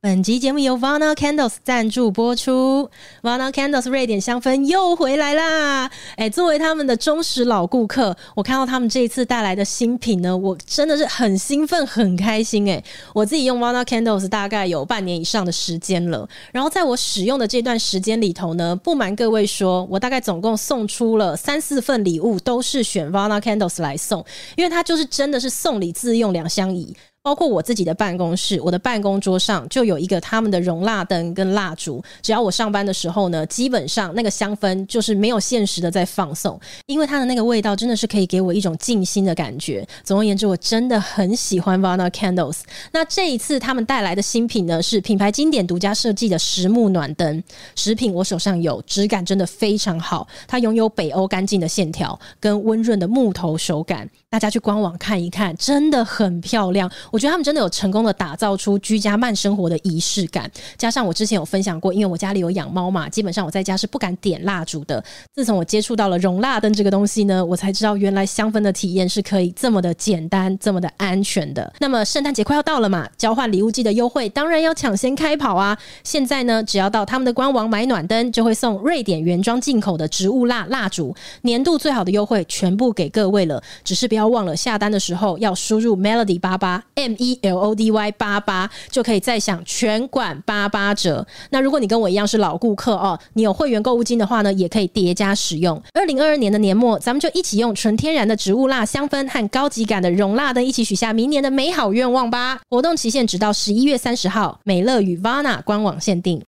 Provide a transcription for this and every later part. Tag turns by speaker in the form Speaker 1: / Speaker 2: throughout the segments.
Speaker 1: 本集节目由 Vana Candles 赞助播出。Vana Candles 瑞典香氛又回来啦！哎，作为他们的忠实老顾客，我看到他们这一次带来的新品呢，我真的是很兴奋、很开心。哎，我自己用 Vana Candles 大概有半年以上的时间了。然后在我使用的这段时间里头呢，不瞒各位说，我大概总共送出了三四份礼物，都是选 Vana Candles 来送，因为它就是真的是送礼自用两相宜。包括我自己的办公室，我的办公桌上就有一个他们的容蜡灯跟蜡烛。只要我上班的时候呢，基本上那个香氛就是没有限时的在放送，因为它的那个味道真的是可以给我一种静心的感觉。总而言之，我真的很喜欢 Vana Candles。那这一次他们带来的新品呢，是品牌经典独家设计的实木暖灯。食品我手上有，质感真的非常好，它拥有北欧干净的线条跟温润的木头手感。大家去官网看一看，真的很漂亮。我觉得他们真的有成功的打造出居家慢生活的仪式感。加上我之前有分享过，因为我家里有养猫嘛，基本上我在家是不敢点蜡烛的。自从我接触到了容蜡灯这个东西呢，我才知道原来香氛的体验是可以这么的简单、这么的安全的。那么圣诞节快要到了嘛，交换礼物季的优惠当然要抢先开跑啊！现在呢，只要到他们的官网买暖灯，就会送瑞典原装进口的植物蜡蜡烛，年度最好的优惠全部给各位了。只是不要忘了下单的时候要输入 Melody 八八 M E L O D Y 八八，就可以再享全馆八八折。那如果你跟我一样是老顾客哦，你有会员购物金的话呢，也可以叠加使用。二零二二年的年末，咱们就一起用纯天然的植物蜡香氛和高级感的容蜡灯，一起许下明年的美好愿望吧。活动期限直到十一月三十号，美乐与 Vana 官网限定。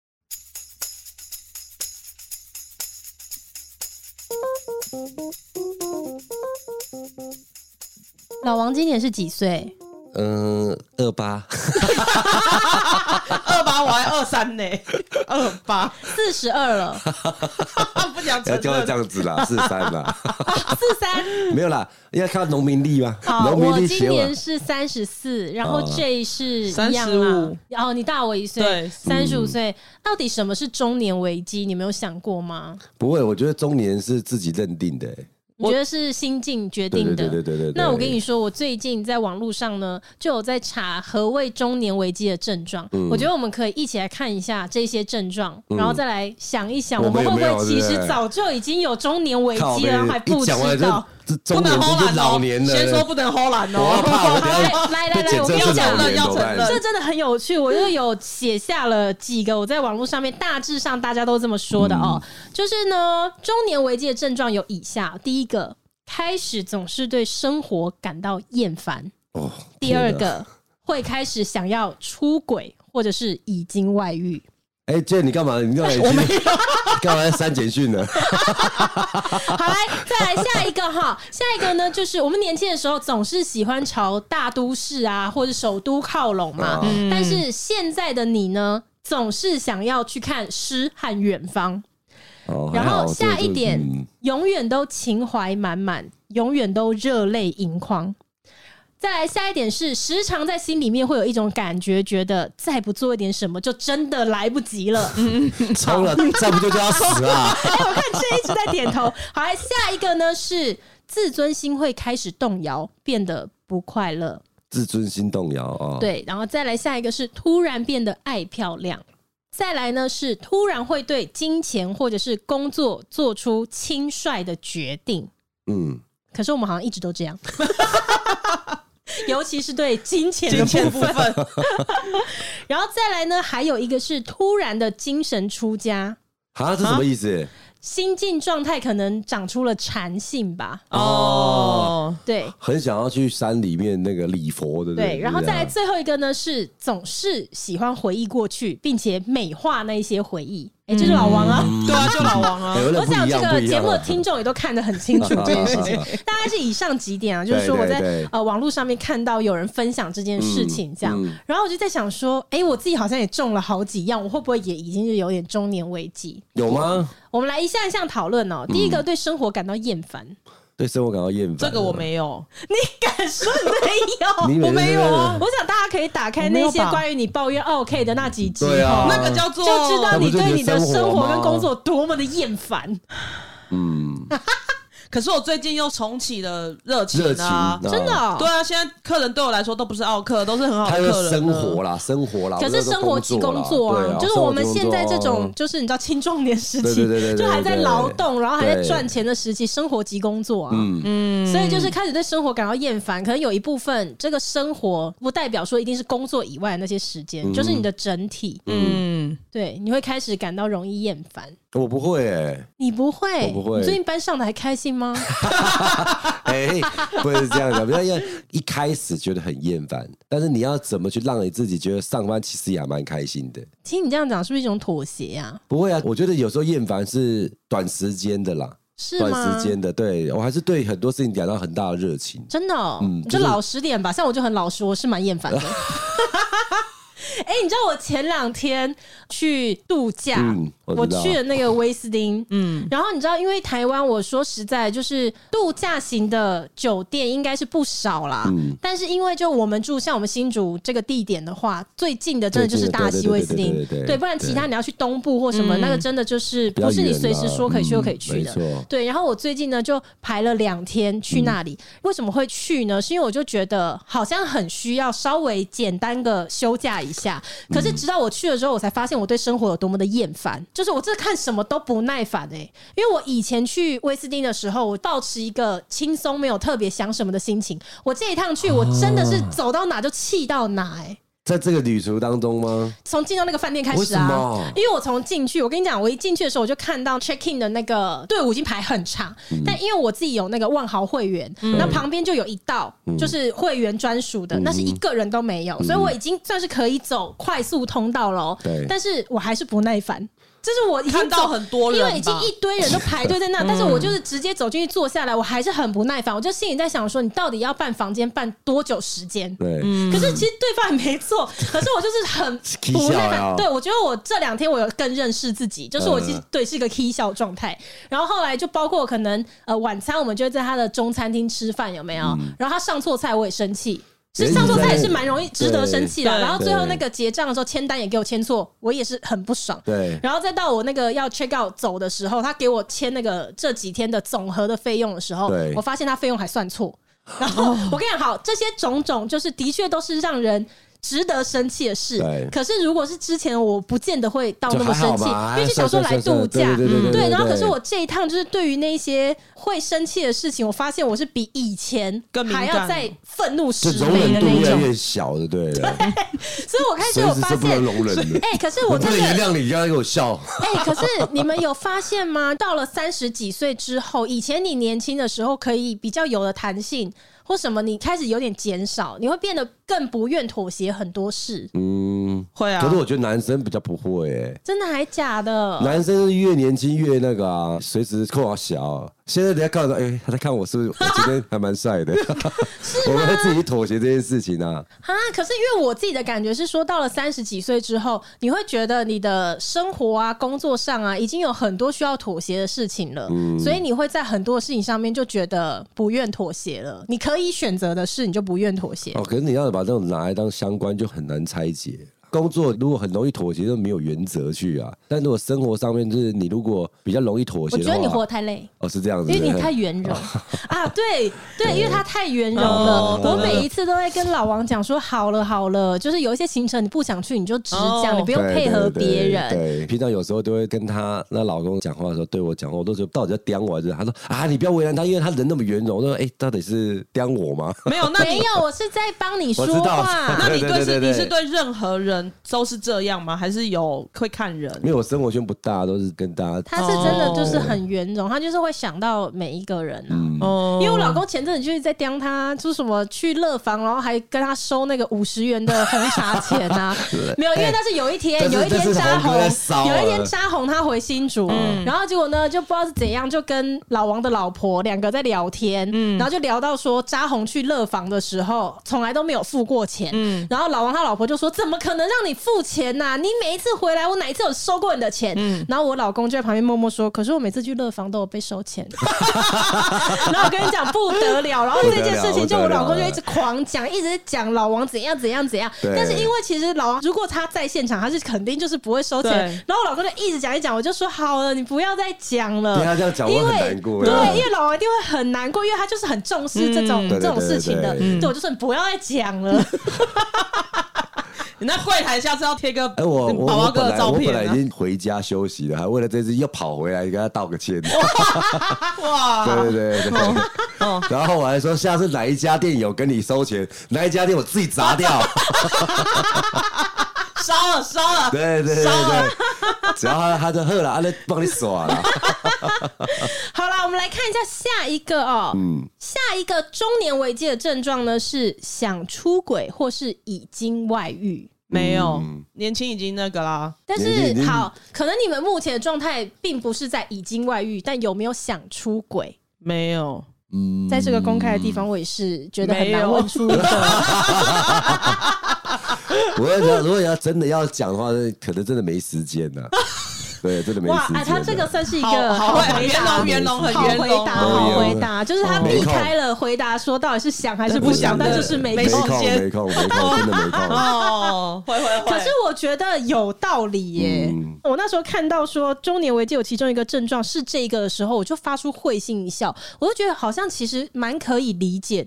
Speaker 1: 老王今年是几岁？
Speaker 2: 嗯，二八，
Speaker 3: 二八我还二 三呢，二八
Speaker 1: 四十二了，
Speaker 3: 不想
Speaker 1: 哦
Speaker 2: 要
Speaker 3: 承
Speaker 2: 叫他
Speaker 3: 认
Speaker 2: 这。样子啦，四三啦，
Speaker 1: 四三。
Speaker 2: 没有啦，要看农民历嘛，
Speaker 1: 好，
Speaker 2: 农民
Speaker 1: 我
Speaker 2: 历
Speaker 1: 今
Speaker 2: 写
Speaker 1: 年
Speaker 2: 完，
Speaker 1: 是三十四，然后
Speaker 2: 哦
Speaker 1: J 是一
Speaker 3: 35
Speaker 1: 样啦。然后你大我一岁，
Speaker 3: 对
Speaker 1: 三十五
Speaker 2: 嗯
Speaker 1: 岁。到底什么是中年危机？你没有想过吗？
Speaker 2: 不会，我觉得中年是自己认定的、欸，
Speaker 1: 你觉得是心境决
Speaker 2: 对
Speaker 1: 定
Speaker 2: 对
Speaker 1: 的？
Speaker 2: 对对对对。
Speaker 1: 那我跟你说，我最近在网络上呢，就有在查何谓中年危机的症状。
Speaker 2: 嗯
Speaker 1: 我觉得我们可以一起来看一下这些症状，然后再来想一想，
Speaker 2: 我
Speaker 1: 我
Speaker 2: 们
Speaker 1: 们会不
Speaker 2: 有没有
Speaker 1: 会其
Speaker 2: 对
Speaker 1: 实
Speaker 2: 不对
Speaker 1: 早就已经有中年危
Speaker 2: 靠
Speaker 1: 机
Speaker 2: 北
Speaker 1: 了，还不
Speaker 2: 一
Speaker 1: 知
Speaker 2: 讲完
Speaker 1: 道
Speaker 2: 就？这中
Speaker 3: 不能
Speaker 2: 年
Speaker 3: 偷
Speaker 1: 啊
Speaker 2: 不
Speaker 3: 懒
Speaker 2: 是老年
Speaker 3: 哦，
Speaker 2: 了，
Speaker 3: 先说不能偷懒
Speaker 2: 我要
Speaker 3: 哦。
Speaker 2: 怕我等下
Speaker 1: 来来
Speaker 2: 被
Speaker 1: 来，
Speaker 2: 检
Speaker 1: 我
Speaker 2: 测
Speaker 1: 跟
Speaker 2: 是
Speaker 1: 你讲
Speaker 2: 老
Speaker 3: 了
Speaker 2: 年
Speaker 3: 要
Speaker 2: 怎么
Speaker 3: 承
Speaker 2: 办
Speaker 3: 认
Speaker 1: 这真的很有趣，我就有写下了几个我在网络上面大致上大家都这么说
Speaker 2: 嗯
Speaker 1: 的哦，就是呢，中年危机的症状有以下：第一个，开始总是对生活感到厌烦；
Speaker 2: 哦，
Speaker 1: 第二
Speaker 2: 天哪，
Speaker 1: 个，会开始想要出轨或者是已经外 遇。
Speaker 2: 哎，这你干嘛？你 干嘛？我没有，干嘛要删简讯呢？
Speaker 1: 好来，再来下一个哈，下一个呢，就是我们年轻的时候总是喜欢朝大都市啊或者首都靠拢嘛，
Speaker 2: 嗯
Speaker 1: 但是现在的你呢，总是想要去看诗和远方，
Speaker 2: 哦
Speaker 1: 然
Speaker 2: 还
Speaker 1: 后
Speaker 2: 好
Speaker 1: 下
Speaker 2: 这个
Speaker 1: 一
Speaker 2: 就
Speaker 1: 点，
Speaker 2: 嗯
Speaker 1: 永远都情怀满满，永远都热泪盈眶。再来下一点是，时常在心里面会有一种感觉，觉得再不做一点什么，就真的来不及 了。
Speaker 2: 冲了，再不就叫他死啊！
Speaker 1: 哎、我看这一直在点头。好，来下一个呢是自尊心会开始动摇，变得不快乐。
Speaker 2: 自尊心动摇啊！哦，
Speaker 1: 对，然后再来下一个是突然变得爱漂亮。再来呢是突然会对金钱或者是工作做出轻率的决定，
Speaker 2: 嗯，
Speaker 1: 可是我们好像一直都这 样，尤其是对金钱的
Speaker 3: 金钱
Speaker 1: 部
Speaker 3: 部
Speaker 1: 分。
Speaker 3: 分，
Speaker 1: 然后再来呢，还有一个是突然的精神出家，
Speaker 2: 啊，这什么意思？
Speaker 1: 心境状态可能长出了禅性吧。
Speaker 3: 哦，
Speaker 1: 对
Speaker 2: 很想要去山里面那个礼佛的，
Speaker 3: 啊
Speaker 1: 对，然后再来最后一个呢，是总是喜欢回忆过去，并且美化那一些回忆。哎、
Speaker 3: 嗯
Speaker 1: 这是老王啊。
Speaker 3: 对啊，就老王啊
Speaker 2: 哎，有点
Speaker 1: 我
Speaker 2: 不
Speaker 1: 想
Speaker 2: 一
Speaker 1: 这
Speaker 2: 样，不
Speaker 1: 个
Speaker 2: 一
Speaker 1: 节
Speaker 2: 样
Speaker 1: 目的
Speaker 2: 啊。
Speaker 1: 听众也都看得很清 楚这件事情。大概是以上几点啊，就是说我在
Speaker 2: 对对对
Speaker 1: 呃网络上面看到有人分享这件事情，这样，
Speaker 2: 嗯嗯
Speaker 1: 然后我就在想说，哎、我自己好像也中了好几样，我会不会也已经是有点中年危机？
Speaker 2: 有吗？
Speaker 1: 我们来一项一项讨论
Speaker 2: 嗯
Speaker 1: 哦。第一个，对生活感到厌烦，
Speaker 2: 对生活感到厌烦。
Speaker 3: 这个我。没
Speaker 2: 哦
Speaker 3: 有，
Speaker 1: 你敢说你
Speaker 2: 你
Speaker 1: 没有？我
Speaker 2: 每天
Speaker 1: 没有
Speaker 2: 在
Speaker 1: 啊。
Speaker 2: 那
Speaker 1: 我想大家可以打开那
Speaker 3: 我没
Speaker 1: 些
Speaker 3: 有吧
Speaker 1: 关于你抱怨 OK 的那几集哦，
Speaker 2: 对啊
Speaker 3: 那个叫做
Speaker 1: 就知道你对你的生
Speaker 2: 那不就你的生活
Speaker 1: 活
Speaker 2: 吗
Speaker 1: 跟工作多么的厌烦。
Speaker 2: 嗯，
Speaker 3: 可是我最近又重启了热情
Speaker 2: 热情
Speaker 3: 啊，
Speaker 1: 真的、哦
Speaker 3: 对啊，现在客人对我来说都不是奥客，都是很好
Speaker 2: 他
Speaker 3: 的
Speaker 2: 的
Speaker 3: 客人。
Speaker 2: 生活啦，生活啦，
Speaker 1: 可是生活及工作
Speaker 2: 啊，对
Speaker 1: 啊，
Speaker 2: 啊
Speaker 1: 就是我们现在这种，
Speaker 2: 生活及工作啊
Speaker 1: 就是你知道青壮年时期
Speaker 2: 对对对对，对
Speaker 1: 就还在劳动，然后还在
Speaker 2: 对
Speaker 1: 赚钱的时期，生活及工作啊，
Speaker 2: 嗯嗯，
Speaker 1: 所以就是开始对生活感到厌烦。可能有一部分这个生活不代表说一定是工作以外的那些时间，就是你的整体，
Speaker 3: 嗯，
Speaker 1: 对，你会开始感到容易厌烦。
Speaker 2: 我不会欸
Speaker 1: 你不会，
Speaker 2: 我不会
Speaker 1: 你最近班上的还开心吗？
Speaker 2: 哎，不是这样的，不要要一开始觉得很厌烦，但是你要怎么去让你自己觉得上班其实也蛮开心的？
Speaker 1: 听你这样讲，是不是一种妥协啊？
Speaker 2: 不会啊，我觉得有时候厌烦是短时间的啦，
Speaker 1: 是吗
Speaker 2: 短时？间的，对我还是对很多事情感到很大的热情。
Speaker 1: 真的、哦，
Speaker 2: 嗯
Speaker 1: 你
Speaker 2: 就
Speaker 1: 就是老实点吧。像我就很老实，我是蛮厌 烦的。 哎、你知道我前两天去度假，
Speaker 2: 嗯我
Speaker 1: 我
Speaker 2: 知道
Speaker 1: 去了那个威斯汀，嗯，然后你知道，因为台湾，我说实在，就是度假型的酒店应该是不少啦，
Speaker 2: 嗯
Speaker 1: 但是因为就我们住像我们新竹这个地点的话，最近的真的就是大溪威斯汀，
Speaker 2: 最近的对对对对对对对嗯
Speaker 1: 不然其他你要去东部或什么，那个真的就是
Speaker 2: 比较
Speaker 1: 不是你
Speaker 2: 远
Speaker 1: 随时
Speaker 2: 啦
Speaker 1: 说可以去就可以
Speaker 2: 嗯
Speaker 1: 去
Speaker 2: 没
Speaker 1: 的，
Speaker 2: 错嗯
Speaker 1: 对，然后我最近呢就排了两天去那里。为什么会去呢？是因为我就觉得好像很需要稍微简单个休假一下。可
Speaker 2: 嗯
Speaker 1: 是直到我去了之后，我才发现我对生活有多么的厌烦，就是我这看什么都不耐烦哎、因为我以前去威斯汀的时候，我保持一个轻松没有特别想什么的心情。我这一趟去，我真的
Speaker 2: 啊
Speaker 1: 是走到哪就气到哪哎、
Speaker 2: 在这个旅途当中吗？
Speaker 1: 从进到那个饭店开
Speaker 2: 为
Speaker 1: 始
Speaker 2: 什
Speaker 1: 啊
Speaker 2: 么，
Speaker 1: 因为我从进去，我跟你讲，我一进去的时候我就看到 check in 的那个队伍已经排很长，
Speaker 2: 嗯
Speaker 1: 但因为我自己有那个万豪会员，那旁边就有一道
Speaker 2: 嗯
Speaker 1: 就是会员专属的，那是一个人都没有，所以我已经算是可以走快速通道喽
Speaker 2: 对。
Speaker 1: 但是我还是不耐烦，就是我已经
Speaker 3: 看到
Speaker 1: 走
Speaker 3: 很多人
Speaker 1: 因
Speaker 3: 吧，
Speaker 1: 为已经一堆人都排队在 那，但是我就是直接走进去坐下来，我还是很不耐烦，我就心里在想说，你到底要办房间办多久时间？
Speaker 2: 对，
Speaker 1: 可是其实对方也没错， 可是我就是很
Speaker 2: 起
Speaker 1: 不耐
Speaker 2: 嗯笑呀
Speaker 1: 烦。对，我觉得我这两天我有更认识自己，就是我其实
Speaker 2: 嗯
Speaker 1: 对是一个 K 笑状态。然后后来就包括可能呃晚餐我们就会在他的中餐厅吃饭，有没有？然后他上错菜我也生气。
Speaker 2: 对
Speaker 1: 是上错菜也
Speaker 2: 嗯你
Speaker 1: 是
Speaker 2: 在
Speaker 1: 蛮容易值得生气的，
Speaker 3: 对
Speaker 1: 然后最后那个结账的时候签单也给我签错，我也是很不爽。
Speaker 2: 对
Speaker 1: 然后再到我那个要 check out 走的时候，他给我签那个这几天的总和的费用的时候
Speaker 2: 对，
Speaker 1: 我发现他费用还算错。 然后
Speaker 2: 哦
Speaker 1: 我跟你讲，好，这些种种就是的确都是让人。值得生气的事
Speaker 2: 对，
Speaker 1: 可是如果是之前，我不见得会到那么生气
Speaker 2: 就还好，吧
Speaker 1: 因为就想说来度假，
Speaker 2: 哎算了算了算了对对对对对对
Speaker 1: 然后可是我这一趟就是对于那些会生气的事情，我发现我是比以前
Speaker 3: 更敏
Speaker 1: 还
Speaker 3: 感
Speaker 1: 要再愤怒十
Speaker 2: 就容
Speaker 1: 倍的
Speaker 2: 忍度
Speaker 1: 那一
Speaker 2: 越来
Speaker 1: 种，
Speaker 2: 越小的，对啊了，
Speaker 1: 所以哎我开始
Speaker 2: 随
Speaker 1: 有
Speaker 2: 时
Speaker 1: 发
Speaker 2: 是不能
Speaker 1: 现，
Speaker 2: 容忍的。
Speaker 1: 哎，可是
Speaker 2: 我
Speaker 1: 我
Speaker 2: 不
Speaker 1: 真
Speaker 2: 能
Speaker 1: 的
Speaker 2: 原谅你，你刚才给我笑。
Speaker 1: 哎、可是你们有发现吗？ 到了三十几岁之后，以前你年轻的时候可以比较有的弹性或什么，你开始有点减少，你会变得更不愿妥协很多事。
Speaker 2: 嗯，
Speaker 3: 会啊
Speaker 2: 可是，我觉得男生比较不会诶、
Speaker 1: 真的还假的？
Speaker 2: 男生是越年轻越那个啊，随时扣我小。现在人家看到，哎、他在看我是不是？我今天还蛮帅 的。 我们会自己妥协这件事情啊。
Speaker 1: 啊！可是因为我自己的感觉是说，到了三十几岁之后，你会觉得你的生活啊、工作上啊，已经有很多需要妥协的事情了，
Speaker 2: 嗯
Speaker 1: 所以你会在很多事情上面就觉得不愿妥协了。你可以选择的事，你就不愿妥协。
Speaker 2: 哦，可是你要把这种拿来当相关，就很难拆解。工作如果很容易妥协，就没有原则去啊。但如果生活上面，就是你如果比较容易妥协
Speaker 1: 我
Speaker 2: 的
Speaker 1: 觉
Speaker 2: 话，
Speaker 1: 得你活得太累。
Speaker 2: 哦是这样子，
Speaker 1: 因为你
Speaker 2: 对哦
Speaker 1: 太圆融啊，对对，因为他太圆融了
Speaker 3: 哦。
Speaker 1: 我
Speaker 3: 对对
Speaker 1: 每一次都会跟老王讲说，好了好了，就是有一些行程你不想去，你就直讲，
Speaker 3: 哦
Speaker 1: 你不用
Speaker 2: 对
Speaker 1: 配合
Speaker 2: 对
Speaker 1: 别
Speaker 2: 对
Speaker 1: 人。
Speaker 2: 对，平常有时候都会跟她那老公讲话的时候，对我讲话，我都觉得到底在刁我还是？他说啊，你不要为难他，因为他人那么圆柔。我说哎、到底是刁我吗？
Speaker 3: 没有，那
Speaker 1: 没
Speaker 3: 你
Speaker 1: 有，我是在帮你说
Speaker 2: 我知道
Speaker 1: 话。
Speaker 3: 那你
Speaker 2: 对对
Speaker 3: 对是
Speaker 2: 对对
Speaker 3: 你是对任何人都是这样吗？还是有会看人？
Speaker 2: 因为我生活圈不大，都是跟大家哦
Speaker 1: 他是真的就是 很圆融，他就是会想到每一个人啊。
Speaker 3: 哦
Speaker 2: 嗯
Speaker 1: 因为我老公前阵子就是在刁他，说什么去乐房，然后还跟他收那个五十元的红茶钱 啊。没有，因为但是有一天，
Speaker 2: 但是
Speaker 1: 有一
Speaker 2: 但
Speaker 1: 天
Speaker 2: 是
Speaker 1: 扎
Speaker 2: 红
Speaker 1: 红，
Speaker 2: 哥在
Speaker 1: 有
Speaker 2: 烧
Speaker 1: 一
Speaker 2: 了嗯
Speaker 1: 天扎红他回新竹，然后结果呢就不知道是怎样，就跟老王的老婆两个在聊天，
Speaker 2: 嗯
Speaker 1: 然后就聊到说扎红去乐房的时候从来都没有付过钱，
Speaker 2: 嗯
Speaker 1: 然后老王他老婆就说怎么可能让你付钱呐、你每一次回来我哪一次有收过你
Speaker 2: 嗯
Speaker 1: 的钱？然后我老公就在旁边默默说，可是我每次去乐房都有被收钱。然后我跟你讲不得了，然后这件事情就
Speaker 2: 不得了
Speaker 1: 我老公就一直狂讲，一直讲老王怎样怎样怎样。
Speaker 2: 对
Speaker 1: 但是因为其实老王如果他在现场，他是肯定就是不会收钱
Speaker 3: 对。
Speaker 1: 然后我老公就一直讲一讲，我就说好了，你不要再讲了。
Speaker 2: 对他这样讲我
Speaker 1: 因为
Speaker 2: 很难过
Speaker 1: 对，
Speaker 2: 对
Speaker 1: 因为老王一定会很难过，因为他就是很重视这种
Speaker 2: 嗯对对
Speaker 1: 这种事情的。
Speaker 2: 对对
Speaker 1: 对，我就说你不要再讲了。
Speaker 3: 你那柜台下次要贴个
Speaker 2: 哎、我我
Speaker 3: 宝宝
Speaker 2: 我
Speaker 3: 哥
Speaker 2: 本
Speaker 3: 的
Speaker 2: 来
Speaker 3: 照
Speaker 2: 我本
Speaker 3: 片
Speaker 2: 来已
Speaker 3: 啊！
Speaker 2: 经回家休息了，还为了这次又跑回来跟他道个歉。
Speaker 3: 哇，
Speaker 2: 对对对对。
Speaker 3: 哦，
Speaker 2: 然后我还说，下次哪一家店有跟你收钱，哪一家店我自己砸掉。
Speaker 3: 烧了烧了，
Speaker 2: 对对对
Speaker 3: 烧了
Speaker 2: 对，只要他他就喝了，他就帮你耍了。
Speaker 1: 好啦，我们来看一下下一个哦。
Speaker 2: 嗯
Speaker 1: 下一个中年危机的症状呢是想出轨或是已经外遇。
Speaker 3: 没有，
Speaker 2: 嗯
Speaker 3: 年轻已经那个啦，
Speaker 1: 但
Speaker 2: 已
Speaker 1: 是
Speaker 2: 经
Speaker 1: 好，可能你们目前的状态并不是在已经外遇，但有没有想出轨？
Speaker 3: 没有，
Speaker 2: 嗯，
Speaker 1: 在这个公开的地方，我也是觉得很
Speaker 3: 没
Speaker 1: 难
Speaker 3: 有
Speaker 1: 问出一个。
Speaker 2: 我要讲，如果要真的要讲的话，可能真的没时间了。对，真的没
Speaker 1: 哇
Speaker 2: 时，间
Speaker 1: 哎，
Speaker 2: 了。
Speaker 1: 他这个算是一
Speaker 3: 好
Speaker 1: 个
Speaker 3: 好
Speaker 1: 回
Speaker 3: 圆
Speaker 1: 答
Speaker 3: 融。圆融很
Speaker 1: 好
Speaker 3: 圆
Speaker 1: 回
Speaker 3: 融
Speaker 1: 答，，
Speaker 2: 哦
Speaker 1: 好
Speaker 2: 有
Speaker 1: 回答，就是他
Speaker 3: 哦
Speaker 1: 避开了回答，说到底是想还是不想，
Speaker 2: 没空
Speaker 1: 但就是没
Speaker 2: 没
Speaker 1: 空
Speaker 2: 空，
Speaker 3: 时间
Speaker 2: 没空，没空，真的没空。
Speaker 3: 哦，会会会，
Speaker 1: 可是我觉得有道理耶、
Speaker 2: 嗯
Speaker 1: 我那时候看到说中年危机有其中一个症状是这个的时候，我就发出会心一笑，我就觉得好像其实蛮可以理解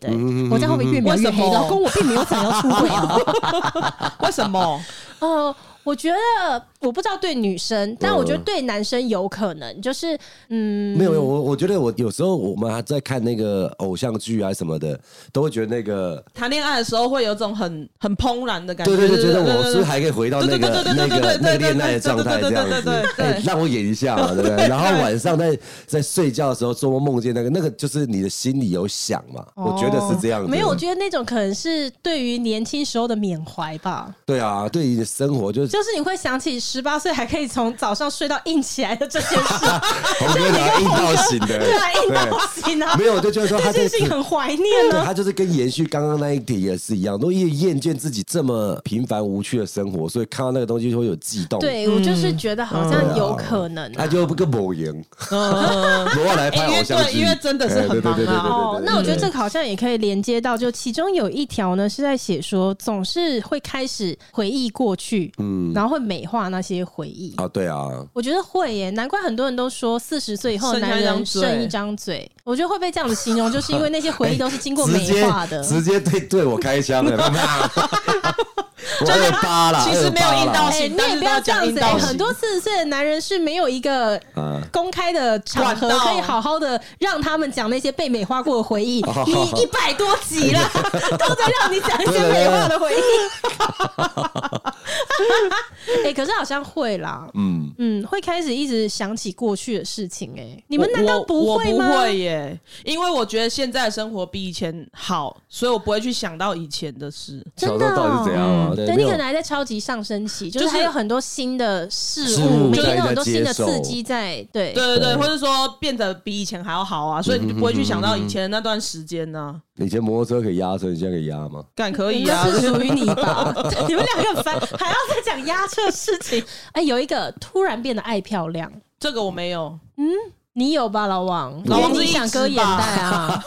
Speaker 1: 的耶、
Speaker 2: 嗯
Speaker 1: 我在后面越描越
Speaker 3: 为什
Speaker 1: 黑，
Speaker 3: 么
Speaker 1: 老公我并没有想要 出轨啊。
Speaker 3: 为什么？
Speaker 1: 呃，我觉得我不知道对女生，但我觉得对男生有可能，就是嗯，
Speaker 2: 没有没有，我我觉得我有时候我们还在看那个偶像剧啊什么的，都会觉得那个，
Speaker 3: 谈恋爱的时候会有种很很怦然的感觉，
Speaker 2: 对对对，觉得
Speaker 3: 对
Speaker 2: 我
Speaker 3: 对
Speaker 2: 是不是还可以回到那
Speaker 3: 对对
Speaker 2: 个
Speaker 3: 对对
Speaker 2: 那个
Speaker 3: 对对对
Speaker 2: 那
Speaker 3: 对
Speaker 2: 恋爱的
Speaker 3: 对对
Speaker 2: 状态
Speaker 3: 对对
Speaker 2: 这样
Speaker 3: 对
Speaker 2: 子
Speaker 3: 对对，
Speaker 2: 哎
Speaker 3: 对
Speaker 2: 让我演一下嘛，对不对？然后
Speaker 3: 对
Speaker 2: 晚上在在睡觉的时候做梦梦见那个，那个就是你的心里有想嘛，我觉得是这样子。
Speaker 1: 没有，我觉得那种可能是对于年轻时候的缅怀吧，
Speaker 2: 对啊，对你的生活就是
Speaker 1: 就是你会想起十八岁还可以从早上睡到硬起来的这件 事，
Speaker 2: 红哥拿硬到型的，
Speaker 1: 对啊，硬到不行啊
Speaker 2: 对，没有，我就觉得说他
Speaker 1: 这件事
Speaker 2: 这次
Speaker 1: 情很怀念啊
Speaker 2: 对
Speaker 1: 呢、
Speaker 2: 他就是跟延续刚刚那一题也是一样，都越厌倦自己这么平凡无趣的生活，所以看到那个东西就会有悸动。
Speaker 1: 对，我就是觉得好像有可能
Speaker 2: 他
Speaker 1: 啊、
Speaker 2: 就不跟某赢，
Speaker 3: 嗯，
Speaker 2: 罗要来拍偶像
Speaker 3: 因为对
Speaker 2: 剧，
Speaker 3: 因为真的是很
Speaker 2: 哎对对对对对
Speaker 3: 忙啊
Speaker 1: 哦，
Speaker 2: 对对
Speaker 1: 那我觉得这
Speaker 2: 对
Speaker 1: 个好像也可以连接到，就其中有一条呢是在写说，总是会开始回忆过去，嗯，然后会美化那些回忆。
Speaker 2: 啊，对啊，
Speaker 1: 我觉得会耶，难怪很多人都说四十岁以后的
Speaker 3: 剩下
Speaker 1: 男
Speaker 3: 一张
Speaker 1: 人
Speaker 3: 嘴
Speaker 1: 剩一张嘴。我觉得会被这样子形容，就是因为那些回忆都是经 过
Speaker 2: 直
Speaker 1: 美
Speaker 2: 接
Speaker 1: 化的。
Speaker 2: 直接对对我开枪了，啪 啪我二八啦，
Speaker 3: 其实没有
Speaker 2: 二八啦
Speaker 3: 硬到
Speaker 1: 哎、你
Speaker 3: 但
Speaker 1: 也
Speaker 3: 是
Speaker 1: 不要
Speaker 3: 都
Speaker 1: 这
Speaker 3: 讲
Speaker 1: 样
Speaker 3: 硬
Speaker 1: 子、哎
Speaker 3: 道理
Speaker 1: 很多四十岁的男人是没有一个
Speaker 2: 啊
Speaker 1: 公开的场合
Speaker 3: 管道
Speaker 1: 可以好好的让他们讲那些被美化过的回忆。
Speaker 2: 哦
Speaker 1: 你一百多集了， 都在让你讲一些美化的回忆。 哎、可是好像会啦，
Speaker 2: 嗯，
Speaker 1: 嗯，会开始一直想起过去的事情、哎，你
Speaker 3: 你
Speaker 1: 们难道
Speaker 3: 不
Speaker 1: 会
Speaker 3: 我
Speaker 1: 吗？
Speaker 3: 不会耶，因为我觉得现在的生活比以前好，所以我不会去想到以前的事。
Speaker 1: 真
Speaker 2: 小
Speaker 1: 的
Speaker 2: 时候到底是怎样啊？
Speaker 1: 对
Speaker 2: 对，
Speaker 1: 哦你
Speaker 2: 没有
Speaker 1: 可能还在超级上升期，就是
Speaker 3: 就是
Speaker 1: 还有很多新的事
Speaker 2: 事
Speaker 1: 物，
Speaker 2: 物
Speaker 1: 每天
Speaker 2: 在
Speaker 1: 有很多
Speaker 2: 在接
Speaker 1: 新的刺
Speaker 2: 受
Speaker 1: 激在，对
Speaker 3: 对对对，
Speaker 2: 对
Speaker 3: 或者说变得比以前还要好啊，所以你就不会去想到以前的那段时间呢、
Speaker 2: 以前摩托车可以压车，你现在可以压吗？
Speaker 3: 干可以啊
Speaker 1: 那，是属于你 吧？你们两个很烦，还要再讲压车的事情。哎、有一个突然变得爱漂亮，
Speaker 3: 这个我没有，
Speaker 1: 你有吧，老王？
Speaker 3: 老王
Speaker 1: 因为
Speaker 3: 是
Speaker 1: 你
Speaker 3: 一
Speaker 1: 想
Speaker 3: 直
Speaker 1: 割眼
Speaker 3: 吧
Speaker 1: 袋啊？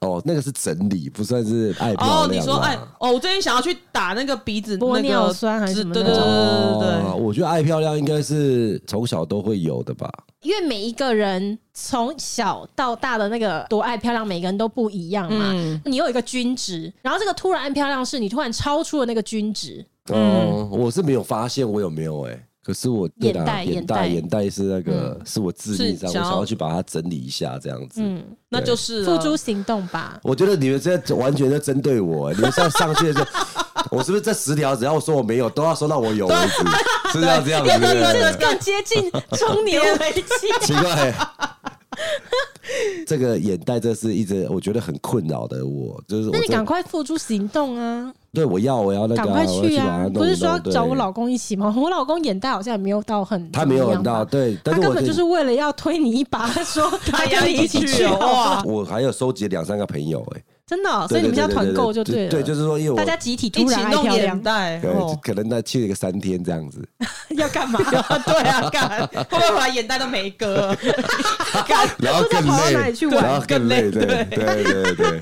Speaker 2: 哦，那个是整理，不算是爱漂亮啦。
Speaker 3: 哦，你说哎，
Speaker 2: 啊
Speaker 3: 哦，我最近想要去打那个鼻子
Speaker 1: 玻
Speaker 3: 那
Speaker 1: 尿
Speaker 3: 个
Speaker 1: 酸还是
Speaker 3: 脂
Speaker 1: 什么
Speaker 3: 对
Speaker 1: 那
Speaker 3: 对对
Speaker 1: 种
Speaker 3: 对对
Speaker 2: 哦，我觉得爱漂亮应该是从小都会有的吧。
Speaker 1: 因为每一个人从小到大的那个多爱漂亮，每个人都不一样嘛。
Speaker 3: 嗯
Speaker 1: 你有一个均值，然后这个突然爱漂亮是你突然超出了那个均值，
Speaker 2: 哦，我是没有发现我有没有哎、可是我对啦
Speaker 1: 眼袋
Speaker 2: 眼
Speaker 1: 眼袋
Speaker 2: 袋眼袋是那个、是我致命伤，
Speaker 3: 是
Speaker 2: 我
Speaker 3: 想
Speaker 2: 想
Speaker 3: 要
Speaker 2: 要去把它整理一下这样子。
Speaker 1: 嗯，
Speaker 3: 那就是
Speaker 1: 付
Speaker 3: 了
Speaker 1: 诸行动吧。
Speaker 2: 我觉得你们这完全在针对我、你们上上去的时候，我是不是这十条只要我说我没有，都要说到我有为止，是要这 样子？
Speaker 1: 因为你这
Speaker 2: 对
Speaker 1: 个
Speaker 2: 不对
Speaker 1: 更接近中年危 机。
Speaker 2: 奇怪、这个眼袋这是一直我觉得很困扰的我，就是我
Speaker 1: 那你
Speaker 2: 真
Speaker 1: 赶快付诸行动啊！
Speaker 2: 对我要我要那个、
Speaker 1: 赶
Speaker 2: 啊，
Speaker 1: 快
Speaker 2: 我要
Speaker 1: 去
Speaker 2: 去把它
Speaker 1: 啊！
Speaker 2: 弄
Speaker 1: 不是说要
Speaker 2: 一弄
Speaker 1: 找我
Speaker 2: 对
Speaker 1: 老公一起吗？ 我老公眼袋好像也没有到很，
Speaker 2: 他没有很大，
Speaker 1: 到，
Speaker 2: 对，但
Speaker 1: 他
Speaker 2: 是
Speaker 1: 根
Speaker 2: 我
Speaker 1: 本
Speaker 2: 的
Speaker 1: 就是为了要推你一把，他说 他
Speaker 3: 他要
Speaker 1: 跟你一
Speaker 3: 一
Speaker 1: 起
Speaker 3: 起
Speaker 1: 去
Speaker 3: 去
Speaker 1: 好不好
Speaker 3: 哇，
Speaker 2: 我还有收集两三个朋友哎、
Speaker 1: 真的哦、所以你们现在团购就
Speaker 2: 对
Speaker 1: 了，
Speaker 2: 对，就是说，因为我
Speaker 1: 大家集体
Speaker 3: 一
Speaker 1: 突
Speaker 3: 起
Speaker 1: 然爱
Speaker 3: 弄
Speaker 1: 漂
Speaker 3: 眼
Speaker 1: 亮，
Speaker 3: 袋
Speaker 2: 对
Speaker 3: 哦，
Speaker 2: 可能那去个三天这样 子，
Speaker 1: 要干 嘛？
Speaker 3: 对啊，干会不会把眼袋都没割？啊
Speaker 2: 嗯
Speaker 3: 干
Speaker 2: 然后
Speaker 1: 不知道
Speaker 2: 更
Speaker 1: 跑到
Speaker 2: 累
Speaker 1: 哪里去，玩
Speaker 2: 然后
Speaker 3: 更
Speaker 2: 更
Speaker 3: 累
Speaker 2: 累，对
Speaker 3: 对
Speaker 2: 对对对对，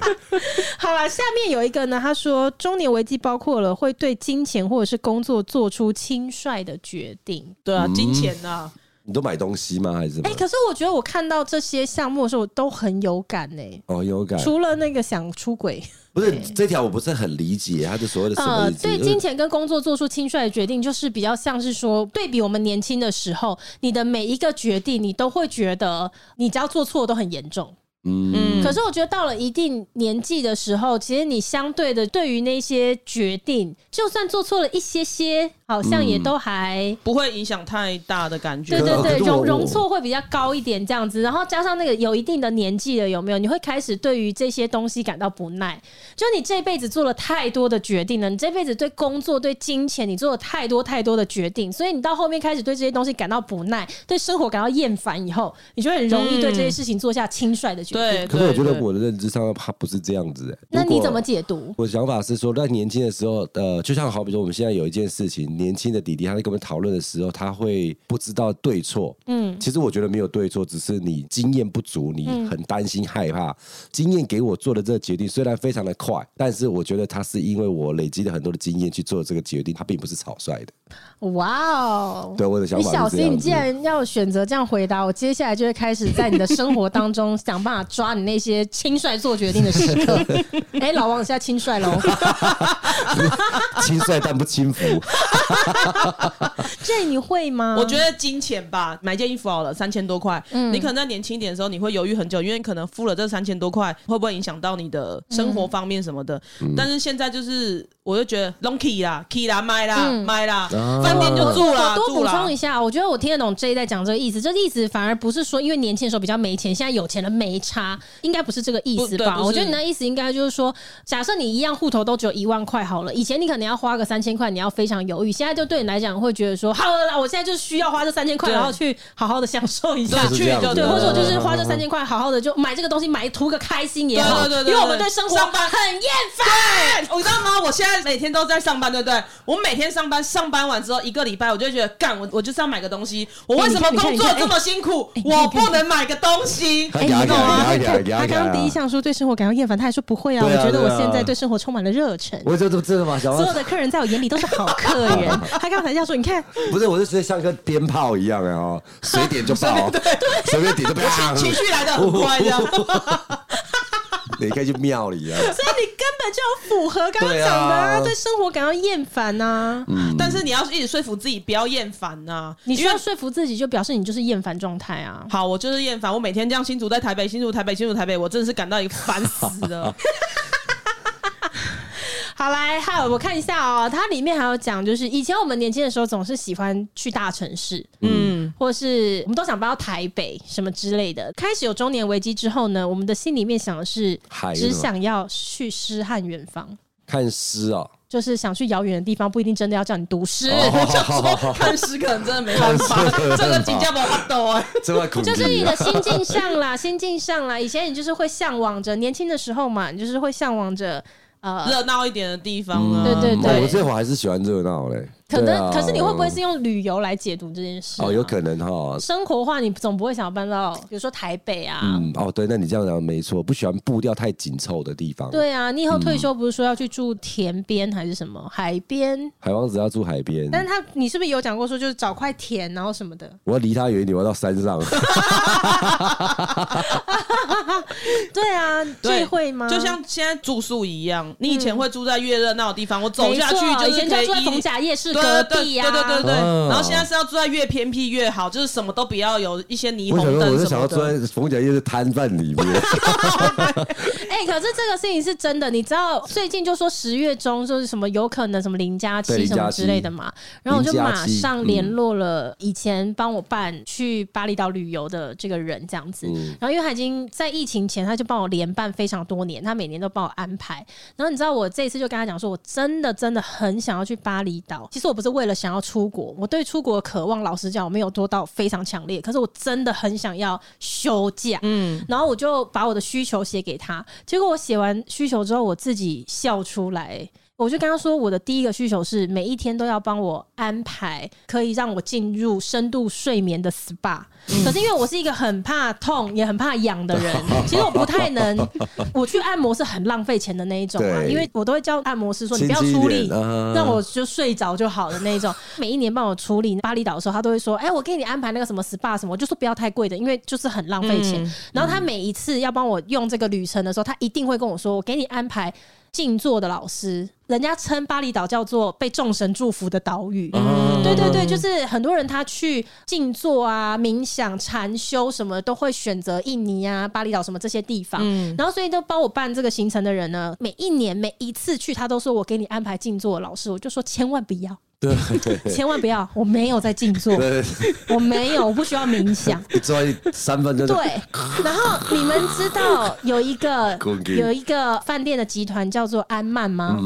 Speaker 1: 好了，下面有一个呢，他说中年危机包括了会对金钱或者是工作做出轻率的决
Speaker 2: 嗯
Speaker 1: 定。
Speaker 3: 对啊，金钱啊，
Speaker 2: 你都买东西吗？还是什么
Speaker 1: 哎、？可是我觉得我看到这些项目的时候，我都很有感呢、
Speaker 2: 哦，有感，
Speaker 1: 除了那个想出轨，
Speaker 2: 不是这条我不是很理解，他的所谓的什么
Speaker 1: 呃
Speaker 2: 意，思？
Speaker 1: 对金钱跟工作做出轻率的决定，就是比较像是说，对比我们年轻的时候，你的每一个决定，你都会觉得你只要做错都很严重。
Speaker 2: 嗯，
Speaker 1: 可是我觉得到了一定年纪的时候，其实你相对的对于那些决定，就算做错了一些些，好像
Speaker 2: 嗯
Speaker 1: 也都还。
Speaker 3: 不会影响太大的感觉。
Speaker 1: 对对
Speaker 2: 可
Speaker 1: 对，
Speaker 2: 是我
Speaker 1: 容
Speaker 2: 我
Speaker 1: 容错会比较高一点这样子，然后加上那个有一定的年纪了，有没有？你会开始对于这些东西感到不耐，就你这辈子做了太多的决定了，你这辈子对工作、对金钱，你做了太多太多的决定，所以你到后面开始对这些东西感到不耐，对生活感到厌烦以后，你就会很容易对这些事情做下轻率的决定。
Speaker 3: 对，
Speaker 2: 可是我觉得
Speaker 3: 对
Speaker 2: 我的认知上，他不是这样子、欸。
Speaker 1: 那
Speaker 2: 如果
Speaker 1: 你怎么解读？
Speaker 2: 我的想法是说，在年轻的时候，呃，就像好比说，我们现在有一件事情，年轻的弟弟他在跟我们讨论的时候，他会不知道对错。嗯，其实我觉得没有对错，只是你经验不足，你
Speaker 1: 嗯
Speaker 2: 很担心害怕。经验给我做的这个决定虽然非常的快，但是我觉得他是因为我累积了很多的经验去做这个决定，他并不是草率的。
Speaker 1: 哇哦！
Speaker 2: 对我的想
Speaker 1: 你
Speaker 2: 法是这
Speaker 1: 小
Speaker 2: 样子
Speaker 1: 心，你既然要选择这样回答，我接下来就会开始在你的生活当中想办法抓你那些轻率做决定的时 刻。哎、老王，你现在轻率哦喽？
Speaker 2: 轻率但不轻浮。
Speaker 1: 这你会吗？
Speaker 3: 我觉得金钱吧，买件衣服好了，三千多块，你可能在年轻一点的时候，你会犹豫很久，因为可能付了这三千多块，会不会影响到你的生活方面什么的？但是现在就是，我就觉得 l o n key 啦，key 啦，买啦，买啦，
Speaker 2: 哦
Speaker 3: 饭店就住啦
Speaker 1: 我，多
Speaker 3: 住
Speaker 1: 补
Speaker 3: 啦
Speaker 1: 充一。下，我觉得我听得懂 J 在讲这个意思，这意思反而不是说因为年轻的时候比较没钱，现在有钱了没差，应该不是这个意思
Speaker 3: 不对
Speaker 1: 吧？
Speaker 3: 不是
Speaker 1: 我觉得你的意思应该就是说，假设你一样户头都只有一万块好了，以前你可能要花个三千块，你要非常犹豫，现在就对你来讲会觉得说，好了啦，我现在就是需要花这三千块，
Speaker 3: 对
Speaker 1: 然后去好好的享受一下
Speaker 3: 对。
Speaker 2: 是
Speaker 3: 去
Speaker 2: 这样
Speaker 3: 就
Speaker 2: 子
Speaker 1: 对，
Speaker 2: 啊
Speaker 1: 或者我就是花这三千块，好好的就买这个东西，买图个开心也好，
Speaker 3: 对对对对对
Speaker 1: 因为我们对生活
Speaker 3: 上班
Speaker 1: 很厌烦。
Speaker 3: 对，我知道吗？我现在每天都在上班，对不对？我每天上班，上班完之后一个礼拜，我就会觉得干，我我就是要买个东西。我为什么
Speaker 1: 哎你看
Speaker 3: 工
Speaker 1: 你
Speaker 3: 作
Speaker 1: 看
Speaker 3: 这么辛苦
Speaker 1: 哎？你看
Speaker 3: 我不能买个东西。
Speaker 1: 哎，你
Speaker 2: 牙
Speaker 1: 懂吗？
Speaker 2: 牙牙牙
Speaker 1: 他刚刚
Speaker 2: 牙
Speaker 1: 第一项说对生活感到厌烦，他还说不会啊，
Speaker 2: 啊对啊
Speaker 1: 我觉得我
Speaker 2: 对啊
Speaker 1: 现在对生活充满了热忱。
Speaker 2: 我就这这嘛，小
Speaker 1: 所有
Speaker 2: 王
Speaker 1: 的客人在我眼里都是好客 人。他刚才要说，你看，
Speaker 2: 不是，我就直接像个鞭炮一样啊，哦，随点就爆，随便点就啪。
Speaker 3: 情绪来的很快，这样。
Speaker 2: 你可以去庙里啊，
Speaker 1: 所以你根本就符合刚刚
Speaker 2: 对
Speaker 1: 讲
Speaker 2: 啊嗯
Speaker 1: 的啊，对生活感到厌烦呐。
Speaker 3: 但是你要一直说服自己不要厌烦呐、
Speaker 1: 你需
Speaker 3: 因为
Speaker 1: 要说服自己，就表示你就是厌烦状态啊。
Speaker 3: 好，我就是厌烦，我每天这样新竹在台北，新竹台北，新竹台北，我真的是感到一个烦死 了。
Speaker 1: 好来，还有我看一下哦，它里面还有讲，就是以前我们年轻的时候总是喜欢去大城市，嗯，或是我们都想搬到台北什么之类的。开始有中年危机之后呢，我们的心里面想的是
Speaker 2: 海，
Speaker 1: 只
Speaker 2: 是吗
Speaker 1: 想要去诗和远方。
Speaker 2: 看诗啊，
Speaker 1: 就是想去遥远的地方，不一定真的要叫你读诗，
Speaker 2: 哦
Speaker 3: 就说看诗可能真的没办法，这个请假不发抖哎。
Speaker 2: 这么恐惧
Speaker 1: 就是你
Speaker 2: 啊
Speaker 1: 的心境上啦， 心境上啦。以前你就是会向往着年轻的时候嘛，你就是会向往着
Speaker 2: 啊
Speaker 1: 呃，
Speaker 3: 热闹一点的地方啊，
Speaker 1: 对对
Speaker 2: 嗯
Speaker 1: 对
Speaker 2: 我这会儿还是喜欢热闹嘞。
Speaker 1: 可
Speaker 2: 对
Speaker 1: 能、
Speaker 2: 啊
Speaker 1: 可是你会不会是用旅游来解读这件事、啊
Speaker 2: 哦，有。可能哈。
Speaker 1: 生活化，你总不会想要搬到，比如说台北啊，
Speaker 2: 嗯，哦，对，那你这样讲没错，不喜欢步调太紧凑的地方。，
Speaker 1: 对啊。你以后退休不是说要去住田边还是什么海
Speaker 3: 嗯
Speaker 1: 边？
Speaker 2: 海王子要住海边，
Speaker 1: 但是他，你是不是有讲过说，就是找块田，然后什么的？
Speaker 2: 我要离他远一点，我要到山 上。
Speaker 1: 对啊，
Speaker 3: 对
Speaker 1: 这会吗？
Speaker 3: 就像现在住宿一样，你以前会住在越热闹的地方，我走
Speaker 1: 没
Speaker 3: 下
Speaker 1: 错
Speaker 3: 去
Speaker 1: 以
Speaker 3: 就是
Speaker 1: 前
Speaker 3: 可
Speaker 1: 就住在逢
Speaker 3: 以。
Speaker 1: 甲夜市
Speaker 3: 对
Speaker 1: 隔
Speaker 3: 对
Speaker 1: 壁
Speaker 3: 对
Speaker 1: 啊，
Speaker 3: 对对对，
Speaker 2: 哦
Speaker 3: 然后现在是要住在越偏僻越好，就是什么都不要有一些霓
Speaker 2: 我想
Speaker 3: 虹
Speaker 2: 说，我
Speaker 3: 灯
Speaker 2: 就
Speaker 3: 什
Speaker 2: 想
Speaker 3: 么
Speaker 2: 要住
Speaker 3: 的。
Speaker 2: 在逢甲夜市摊贩 里面。
Speaker 1: 哎、可是这个事情是真的，你知道最近就说十月中就是什么有可能什么零加
Speaker 2: 对
Speaker 1: 七
Speaker 2: 零
Speaker 1: 什
Speaker 2: 加
Speaker 1: 么
Speaker 2: 七
Speaker 1: 之类的嘛，然后我就
Speaker 2: 零加
Speaker 1: 马
Speaker 2: 七
Speaker 1: 上
Speaker 2: 嗯
Speaker 1: 联络了以前帮我办去巴厘岛旅游的这个人，这样子。
Speaker 2: 嗯
Speaker 1: 然后因为他已经在疫情前他就帮我连办非常多年，他每年都帮我安排。然后你知道我这一次就跟他讲说，我真的真的很想要去巴厘岛。其实我不是为了想要出国，我对出国的渴望，老实讲我没有多到非常强烈，可是我真的很想要休假。嗯，然后我就把我的需求写给他，结果我写完需求之后，我自己笑出来。我就跟他说，我的第一个需求是每一天都要帮我安排可以让我进入深度睡眠的 SPA。可是因为我是一个很怕痛也很怕痒的人，其实我不太能，我去按摩是很浪费钱的那一种啊，
Speaker 2: 对
Speaker 1: 因为我都会叫按摩师说你
Speaker 2: 轻
Speaker 1: 不要
Speaker 2: 轻一
Speaker 1: 出
Speaker 2: 点
Speaker 1: 力，
Speaker 2: 啊
Speaker 1: 让我就睡着就好的那 一种。每一年帮我处理巴厘岛的时候，他都会说：“哎、我给你安排那个什么 SPA 什么。”我就说不要太贵的，因为就是很浪费
Speaker 2: 嗯
Speaker 1: 钱。然后他每一次要帮我用这个旅程的时候，他一定会跟我说：“我给你安排。”静坐的老师，人家称巴厘岛叫做被众神祝福的岛屿。对对对，就是很多人他去静坐啊、冥想、禅修什么，都会选择印尼啊、巴厘岛什么这些地方。然后所以都帮我办这个行程的人呢，每一年每一次去，他都说我给你安排静坐的老师，我就说千万不要。对，千万不要！我没有在静坐，我没有，我不需要冥想。
Speaker 2: 一坐一三分钟就
Speaker 1: 对，然后你们知道有一个
Speaker 2: 攻击
Speaker 1: 有一个饭店的集团叫做安曼吗？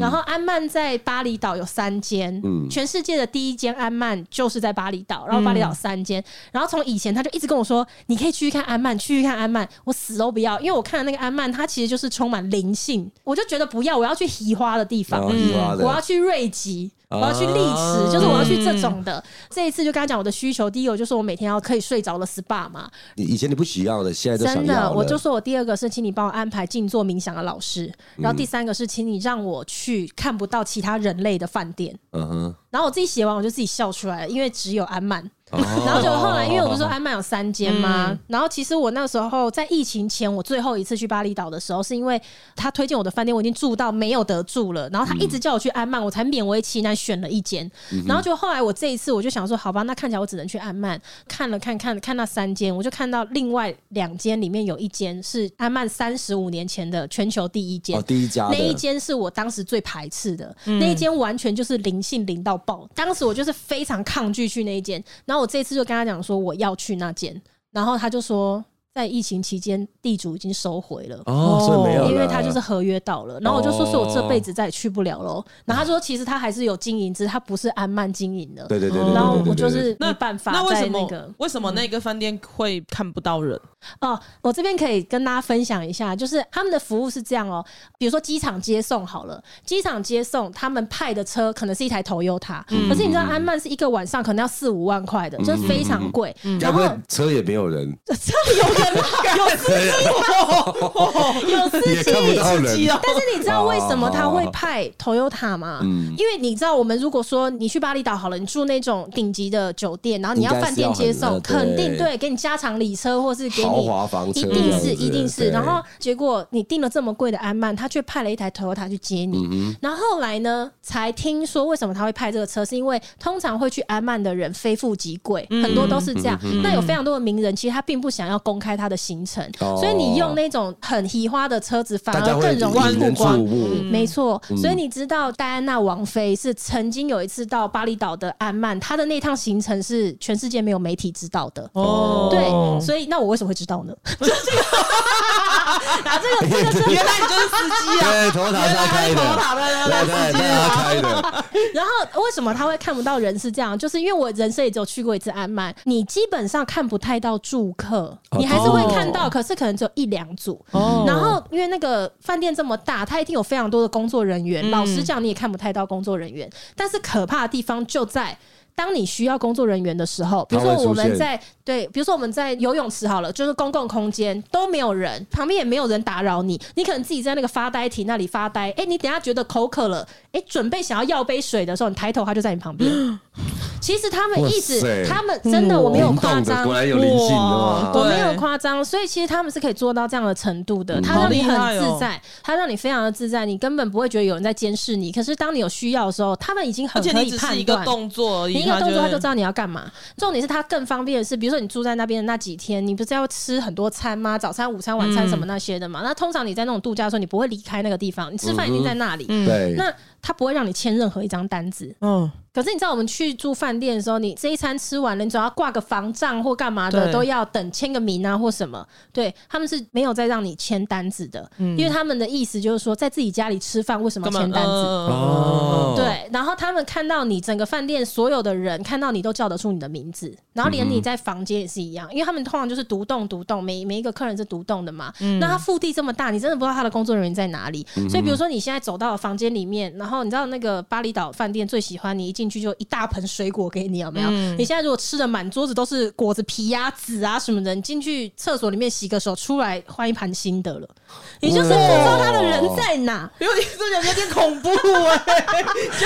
Speaker 1: 然后安曼在巴厘岛有三间，全世界的第一间安曼就是在巴厘岛，然后巴厘岛三间，然后从以前他就一直跟我说，你可以去看安曼，去看安曼，我死都不要，因为我看的那个安曼，它其实就是充满灵性，我就觉得不要，我要去移花的地方，
Speaker 2: 然后一花
Speaker 1: 嗯我要
Speaker 2: 的，
Speaker 1: 去瑞吉，
Speaker 2: 哦啊
Speaker 1: 我要去历史，就是我要去这种的。这一次就跟他讲我的需求，第一个就是我每天要可以睡着的 SPA 嘛，
Speaker 2: 你以前你不需要的，现在都
Speaker 1: 真
Speaker 2: 想要
Speaker 1: 的，
Speaker 2: 了。
Speaker 1: 我就说我第二个是请你帮我安排静坐冥想的老师，
Speaker 2: 嗯
Speaker 1: 然后第三个是请你让我去看不到其他人类的饭店。
Speaker 2: 嗯哼，
Speaker 1: 然后我自己写完，我就自己笑出来了，因为只有安曼。然后就后来，因为我不是说安曼有三间吗？然后其实我那时候在疫情前，我最后一次去巴厘岛的时候，是因为他推荐我的饭店，我已经住到没有得住了。然后他一直叫我去安曼，我才勉为其难选了一间。然后就后来我这一次，我就想说，好吧，那看起来我只能去安曼。看了看看看那三间，我就看到另外两间里面有一间是安曼三十五年前的全球第一间
Speaker 2: 哦，。第一家的
Speaker 1: 那一间是我当时最排斥的，那一间完全就是灵性灵到爆。当时我就是非常抗拒去那一间，然后我这次就跟他讲说我要去那间，然后他就说在疫情期间地主已经收回了。
Speaker 2: 哦，所以没有了，
Speaker 1: 因为他就是合约到了，然后我就说
Speaker 2: 哦
Speaker 1: 是我这辈子再也去不了喽。然后他说其实他还是有经营，只是他不是安曼经营的。
Speaker 2: 对对对对对对
Speaker 1: 然后我就
Speaker 2: 对对
Speaker 1: 是
Speaker 3: 那
Speaker 1: 没办法
Speaker 3: 那为
Speaker 1: 在
Speaker 3: 什
Speaker 1: 那
Speaker 3: 么、
Speaker 1: 个
Speaker 3: 为什么那个饭店会看不到人？
Speaker 1: 哦，我这边可以跟大家分享一下，就是他们的服务是这样哦，比如说机场接送好了，机场接送他们派的车可能是一台 Toyota，、可
Speaker 2: 嗯
Speaker 1: 是你知道安曼是一个晚上可能要四五万块的，就是非
Speaker 2: 嗯
Speaker 1: 常贵。
Speaker 2: 对该
Speaker 1: 然
Speaker 2: 不
Speaker 1: 后
Speaker 2: 会车也没有人，
Speaker 1: 车有 人有司机，有司
Speaker 2: 也看不
Speaker 1: 机。
Speaker 2: 到人，
Speaker 3: 机哦，
Speaker 1: 但是你知道为什么他会派 Toyota
Speaker 2: 哦
Speaker 1: 吗？
Speaker 2: 嗯
Speaker 1: 因为你知道，我们如果说你去巴厘岛好了，你住那种顶级的酒店，然后你要饭店接送，
Speaker 2: 应该是要很
Speaker 1: 肯
Speaker 2: 呃
Speaker 1: 定
Speaker 2: 对
Speaker 1: 对，给你加长礼车或是给
Speaker 2: 豪
Speaker 1: 你
Speaker 2: 华房车
Speaker 1: 一
Speaker 2: 这
Speaker 1: 定
Speaker 2: 样
Speaker 1: 是
Speaker 2: 子
Speaker 1: 一定是。
Speaker 2: 对
Speaker 1: 然后结果你订了这么贵的安曼，他却派了一台 Toyota 去接你。
Speaker 2: 嗯
Speaker 1: 然后后来呢，才听说为什么他会派这个车，是因为通常会去安曼的人非富即贵，
Speaker 2: 嗯
Speaker 1: 很多都是这样。那有非常多的名人，其实他并不想要公开他的行程，
Speaker 2: 哦
Speaker 1: 所以你用那种很移花的车子，反
Speaker 2: 大家
Speaker 1: 而
Speaker 2: 会
Speaker 1: 更容易
Speaker 2: 引人
Speaker 1: 曝
Speaker 2: 注
Speaker 1: 光。嗯
Speaker 2: 目。嗯
Speaker 1: 没错，所以你知道戴安娜王妃是曾经有一次到巴厘岛的安曼，她的那趟行程是全世界没有媒体知道的。
Speaker 3: 哦
Speaker 1: 对，所以那我为什么会知道呢？ 啊，这个这个是，
Speaker 3: 原来你就是司机啊！
Speaker 2: 对，头塔他
Speaker 3: 原来他
Speaker 2: 开
Speaker 3: 是
Speaker 2: 的，
Speaker 3: 头塔的，原来
Speaker 2: 对
Speaker 3: 是
Speaker 2: 对，
Speaker 3: 司机
Speaker 2: 对
Speaker 3: 啊
Speaker 2: 他开的，
Speaker 1: 然后为什么他会看不到人是这样？就是因为我人生也只有去过一次安曼，你基本上看不太到住客，
Speaker 2: 哦
Speaker 1: 你还是会看到，可是可能只有一两组。
Speaker 3: 哦
Speaker 1: 然后因为那个饭店这么大，他一定有非常多的工作人
Speaker 2: 嗯
Speaker 1: 员。老实讲，你也看不太到工作人员。但是可怕的地方就在。当你需要工作人员的时候，比如说
Speaker 2: 他会出
Speaker 1: 我们
Speaker 2: 现
Speaker 1: 在对，比如说我们在游泳池好了，就是公共空间都没有人，旁边也没有人打扰你，你可能自己在那个发呆亭那里发呆。哎、你等一下觉得口渴了，哎、准备想要要杯水的时候，你抬头他就在你旁 边。其实他们一
Speaker 2: 哇
Speaker 1: 直，
Speaker 2: 塞
Speaker 1: 他们真的我没有
Speaker 2: 灵
Speaker 1: 夸
Speaker 2: 动的，
Speaker 1: 张，
Speaker 2: 果然有灵性
Speaker 3: 哇
Speaker 2: 哦。
Speaker 1: 我没有
Speaker 3: 对
Speaker 1: 夸张，所以其实他们是可以做到这样的程度的。他
Speaker 3: 好
Speaker 1: 让你
Speaker 3: 厉
Speaker 1: 很
Speaker 3: 害哦
Speaker 1: 自在，他让你非常的自在，你根本不会觉得有人在监视你。可是当你有需要的时候，他们已经
Speaker 3: 而
Speaker 1: 很
Speaker 3: 且
Speaker 1: 可
Speaker 3: 你
Speaker 1: 以
Speaker 3: 只是
Speaker 1: 判
Speaker 3: 一个
Speaker 1: 断。
Speaker 3: 动作而已，
Speaker 1: 你一个动作，他就知
Speaker 3: 这样。
Speaker 1: 道你要干嘛。重点是他更方便的是，比如说你住在那边的那几天，你不是要吃很多餐吗？早餐、午餐、晚餐什么那些的嘛。那通常你在那种度假的时候，你不会离开那个地方，你吃饭一定在那里。
Speaker 2: 对，
Speaker 1: 那他不会让你签任何一张单子，
Speaker 3: 嗯，
Speaker 1: 可是你知道我们去住饭店的时候，你这一餐吃完了，你总要挂个房账或干嘛的，
Speaker 3: 对
Speaker 1: 都要等签个名啊或什么。对他们是没有再让你签单子的，因为他们的意思就是说，在自己家里吃饭为什么要
Speaker 3: 根本
Speaker 1: 签单子？
Speaker 2: 哦，
Speaker 1: 对，然后他们看到你整个饭店所有的人看到你都叫得出你的名字，然后连你在房间也是一样，因为他们通常就是独栋独栋，每每一个客人是独栋的嘛。那他腹地这么大，你真的不知道他的工作人员在哪里。所以比如说你现在走到房间里面，然后你知道那个巴厘岛饭店最喜欢你一进去就一大盆水果给你，有没有？你现在如果吃的满桌子都是果子皮呀、籽啊什么的，你进去厕所里面洗个手，出来换一盘新的了，你就是不知道他的人在哪。
Speaker 3: 因为你这人有点恐怖哎、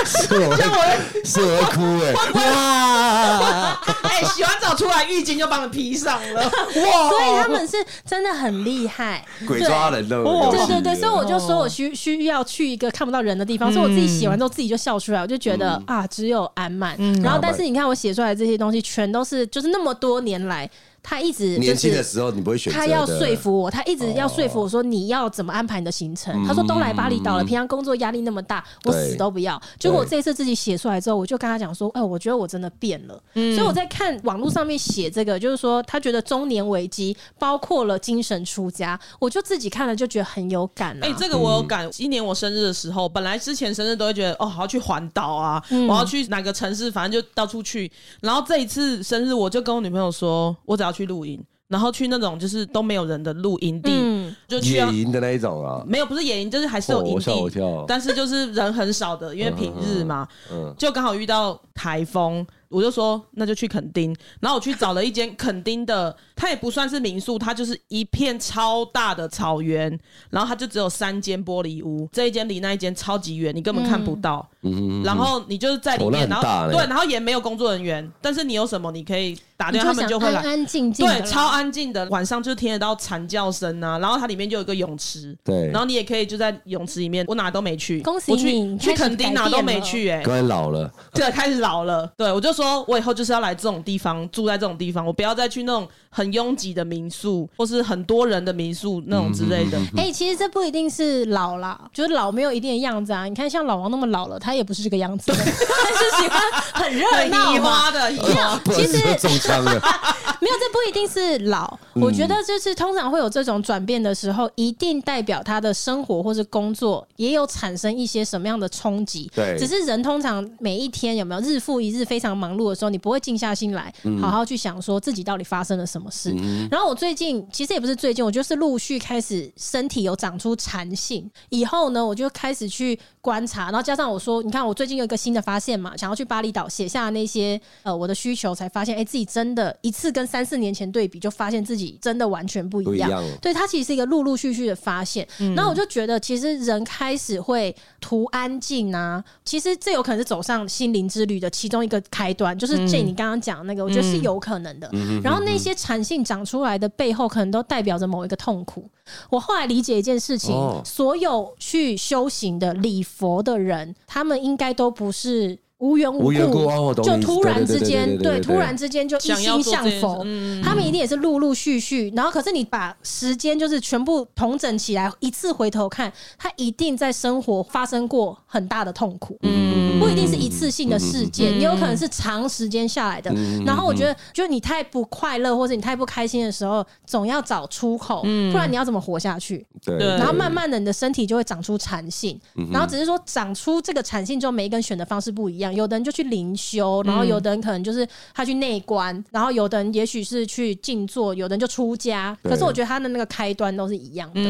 Speaker 2: 是我会是我会哭哎、哇！
Speaker 3: 哎、洗完澡出来浴巾就帮你披上了，哇！
Speaker 1: 哦所以他们是真的很厉害，
Speaker 2: 鬼抓人的游戏，
Speaker 1: 对哦对对，所以我就说我需需要去一个看不到人的地方，所以我自己写完之后自己就笑出来，我就觉得啊，只有安曼。然后，但是你看我写出来的这些东西，全都是就是那么多年来，他一直就
Speaker 2: 年轻的
Speaker 1: 是。
Speaker 2: 时候你不会选择的，哦
Speaker 1: 他要说服我，他一直要说服我说你要怎么安排你的行程。他说都来巴厘岛了，平常工作压力那么大，我
Speaker 2: 嗯对
Speaker 1: 死都不要。结果我这一次自己写出来之后，我就跟他讲说，哎，我觉得我真的变了。
Speaker 3: 嗯
Speaker 1: 所以我在看网络上面写这个，就是说他觉得中年危机包括了精神出家，我就自己看了就觉得很有感啊。
Speaker 3: 哎、这个我有感。今年我生日的时候，本来之前生日都会觉得哦，我要去环岛啊，我要去哪个城市，反正就到处去。然后这一次生日，我就跟我女朋友说，我只要去露营，然后去那种就是都没有人的露营地，
Speaker 1: 嗯
Speaker 3: 就去
Speaker 2: 野
Speaker 3: 要。
Speaker 2: 营的那一种啊，
Speaker 3: 没有，不是野营，就是还是有
Speaker 2: 哦
Speaker 3: 营
Speaker 2: 我
Speaker 3: 地，
Speaker 2: 吓我一跳
Speaker 3: 但是就是人很少的，因为平日嘛，
Speaker 2: 嗯，
Speaker 3: 就刚好遇到台风，我就说那就去垦丁，然后我去找了一间垦丁的，它也不算是民宿，它就是一片超大的草原，然后它就只有三间玻璃屋，这一间离那一间超级远，你根本看
Speaker 1: 嗯
Speaker 3: 不到，
Speaker 2: 嗯
Speaker 3: 然后你就是在里面，
Speaker 2: 哦那
Speaker 3: 然
Speaker 2: 很大
Speaker 3: 后
Speaker 2: 嘞
Speaker 3: 对，然后也没有工作人员，但是你有什么你可以打
Speaker 1: 你
Speaker 3: 电话，他们就
Speaker 1: 想哎
Speaker 3: 会
Speaker 1: 安
Speaker 3: 来。
Speaker 1: 安静静的啦，
Speaker 3: 对，超安静的，晚上就听得到惨叫声啊，然后它里面就有一个泳池，
Speaker 2: 对
Speaker 3: 然后你也可以就在泳池里面，我哪都没去，
Speaker 1: 恭喜
Speaker 3: 我
Speaker 1: 你
Speaker 3: 去
Speaker 1: 你
Speaker 3: 去
Speaker 1: 开始
Speaker 3: 垦丁
Speaker 1: 改
Speaker 3: 哪都
Speaker 1: 变
Speaker 3: 没
Speaker 1: 了
Speaker 3: 去、哎，
Speaker 2: 刚才老了，
Speaker 3: 对，开始老了。对，我就说我以后就是要来这种地方，住在这种地方，我不要再去那种很拥挤的民宿，或是很多人的民宿那种之类的。
Speaker 1: 哎、其实这不一定是老啦，就是老没有一定的样子啊。你看，像老王那么老了，他也不是这个样子的，他 是喜欢很热
Speaker 3: 对，
Speaker 1: 闹
Speaker 3: 移
Speaker 1: 嘛。
Speaker 3: 花的移
Speaker 1: 没有
Speaker 3: 花，
Speaker 2: 哎啊不然
Speaker 1: 其实
Speaker 2: 是中枪啊了，
Speaker 1: 没有，这不一定是老。
Speaker 2: 嗯
Speaker 1: 我觉得就是通常会有这种转变的时候，一定代表他的生活或是工作也有产生一些什么样的冲击。
Speaker 2: 对
Speaker 1: 只是人通常每一天有没有日复一日非常忙碌的时候，你不会静下心来，好好去想说自己到底发生了什么事。然后我最近其实也不是最近，我就是陆续开始身体有长出弹性，以后呢，我就开始去观察，然后加上我说，你看我最近有一个新的发现嘛，想要去巴厘岛写下那些呃我的需求，才发现哎、自己真的一次跟三四年前对比，就发现自己真的完全不
Speaker 2: 不
Speaker 1: 一
Speaker 2: 一
Speaker 1: 样。
Speaker 2: 样了。
Speaker 1: 对，它其实是一个陆陆续续的发现。然后我就觉得，其实人开始会图安静啊，其实这有可能是走上心灵之旅的其中一个开端，就是 J 你刚刚讲的那个，我觉得是有可能的。然后那些产性长出来的背后，可能都代表着某一个痛苦。我后来理解一件事情，
Speaker 2: 哦
Speaker 1: 所有去修行的礼佛的人，他们应该都不是。无缘
Speaker 2: 无缘故哦
Speaker 1: 故
Speaker 2: 我懂
Speaker 1: 就
Speaker 2: 你意思
Speaker 1: 突
Speaker 2: 对
Speaker 1: 然
Speaker 2: 对
Speaker 1: 之
Speaker 2: 对对
Speaker 1: 间
Speaker 2: 对，对
Speaker 1: 对，
Speaker 2: 对
Speaker 1: 突然之间就一
Speaker 3: 想要
Speaker 1: 心
Speaker 3: 做这
Speaker 1: 向
Speaker 3: 件事嗯
Speaker 1: 佛，他们一定也是陆陆续续，然后可是你把时间就是全部统整起来，一次回头看，他一定在生活发生过很大的痛苦，嗯，不一定是一次性的事
Speaker 3: 嗯
Speaker 1: 件，也有可能是长时间下来的。然后我觉得，就你太不快乐或者你太不开心的时候，总要找出口，
Speaker 3: 嗯
Speaker 1: 不然你要怎么活下去？
Speaker 2: 对，
Speaker 3: 对
Speaker 1: 然后慢慢的，你的身体就会长出弹性，
Speaker 2: 嗯
Speaker 1: 然后只是说长出这个弹性之后，每一个人选的方式不一样。有的人就去灵修，然后有的人可能就是他去内观，然后有的人也许是去静坐，有的人就出家。
Speaker 2: 对嗯
Speaker 1: 可是我觉得他的那个开端都是一样的，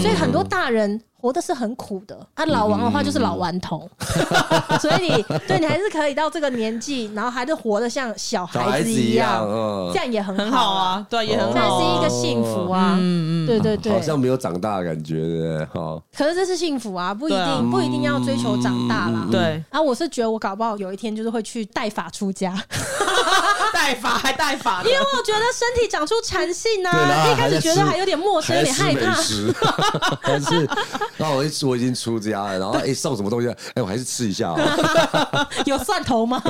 Speaker 1: 所以很多大人。活的是很苦的，啊，老王的话就是老顽童， 所以你对你还是可以到这个年纪，然后还是活得像小
Speaker 2: 小
Speaker 1: 孩
Speaker 2: 孩
Speaker 1: 子
Speaker 2: 子
Speaker 1: 一
Speaker 2: 一
Speaker 1: 样
Speaker 2: 样，，
Speaker 1: 这
Speaker 2: 嗯，
Speaker 1: 样也很
Speaker 3: 很
Speaker 1: 好
Speaker 3: 好，啊，对，也很
Speaker 1: 这
Speaker 3: 好
Speaker 1: 是一
Speaker 3: 啊。
Speaker 1: 个幸福啊，嗯嗯，对对对，
Speaker 2: 好像没有长大的感觉，对不对？哦哈，
Speaker 1: 可是这是幸福啊，不一定、
Speaker 3: 对啊
Speaker 1: 不一定要追求长大
Speaker 2: 嗯
Speaker 1: 啦。
Speaker 3: 对，
Speaker 1: 啊，我是觉得我搞不好有一天就是会去带法出 家，
Speaker 3: 带法还带法 的
Speaker 1: 因为，我觉得身体长出禅性
Speaker 2: 对
Speaker 1: 啊，
Speaker 2: 啦
Speaker 1: 一开始觉得还有点陌生，有
Speaker 2: 还
Speaker 1: 点害
Speaker 2: 吃美
Speaker 1: 怕。
Speaker 2: 食，但是那我一我已经出家了，然后哎送什么东西？哎，我还是吃一下啊。
Speaker 1: 有蒜头吗？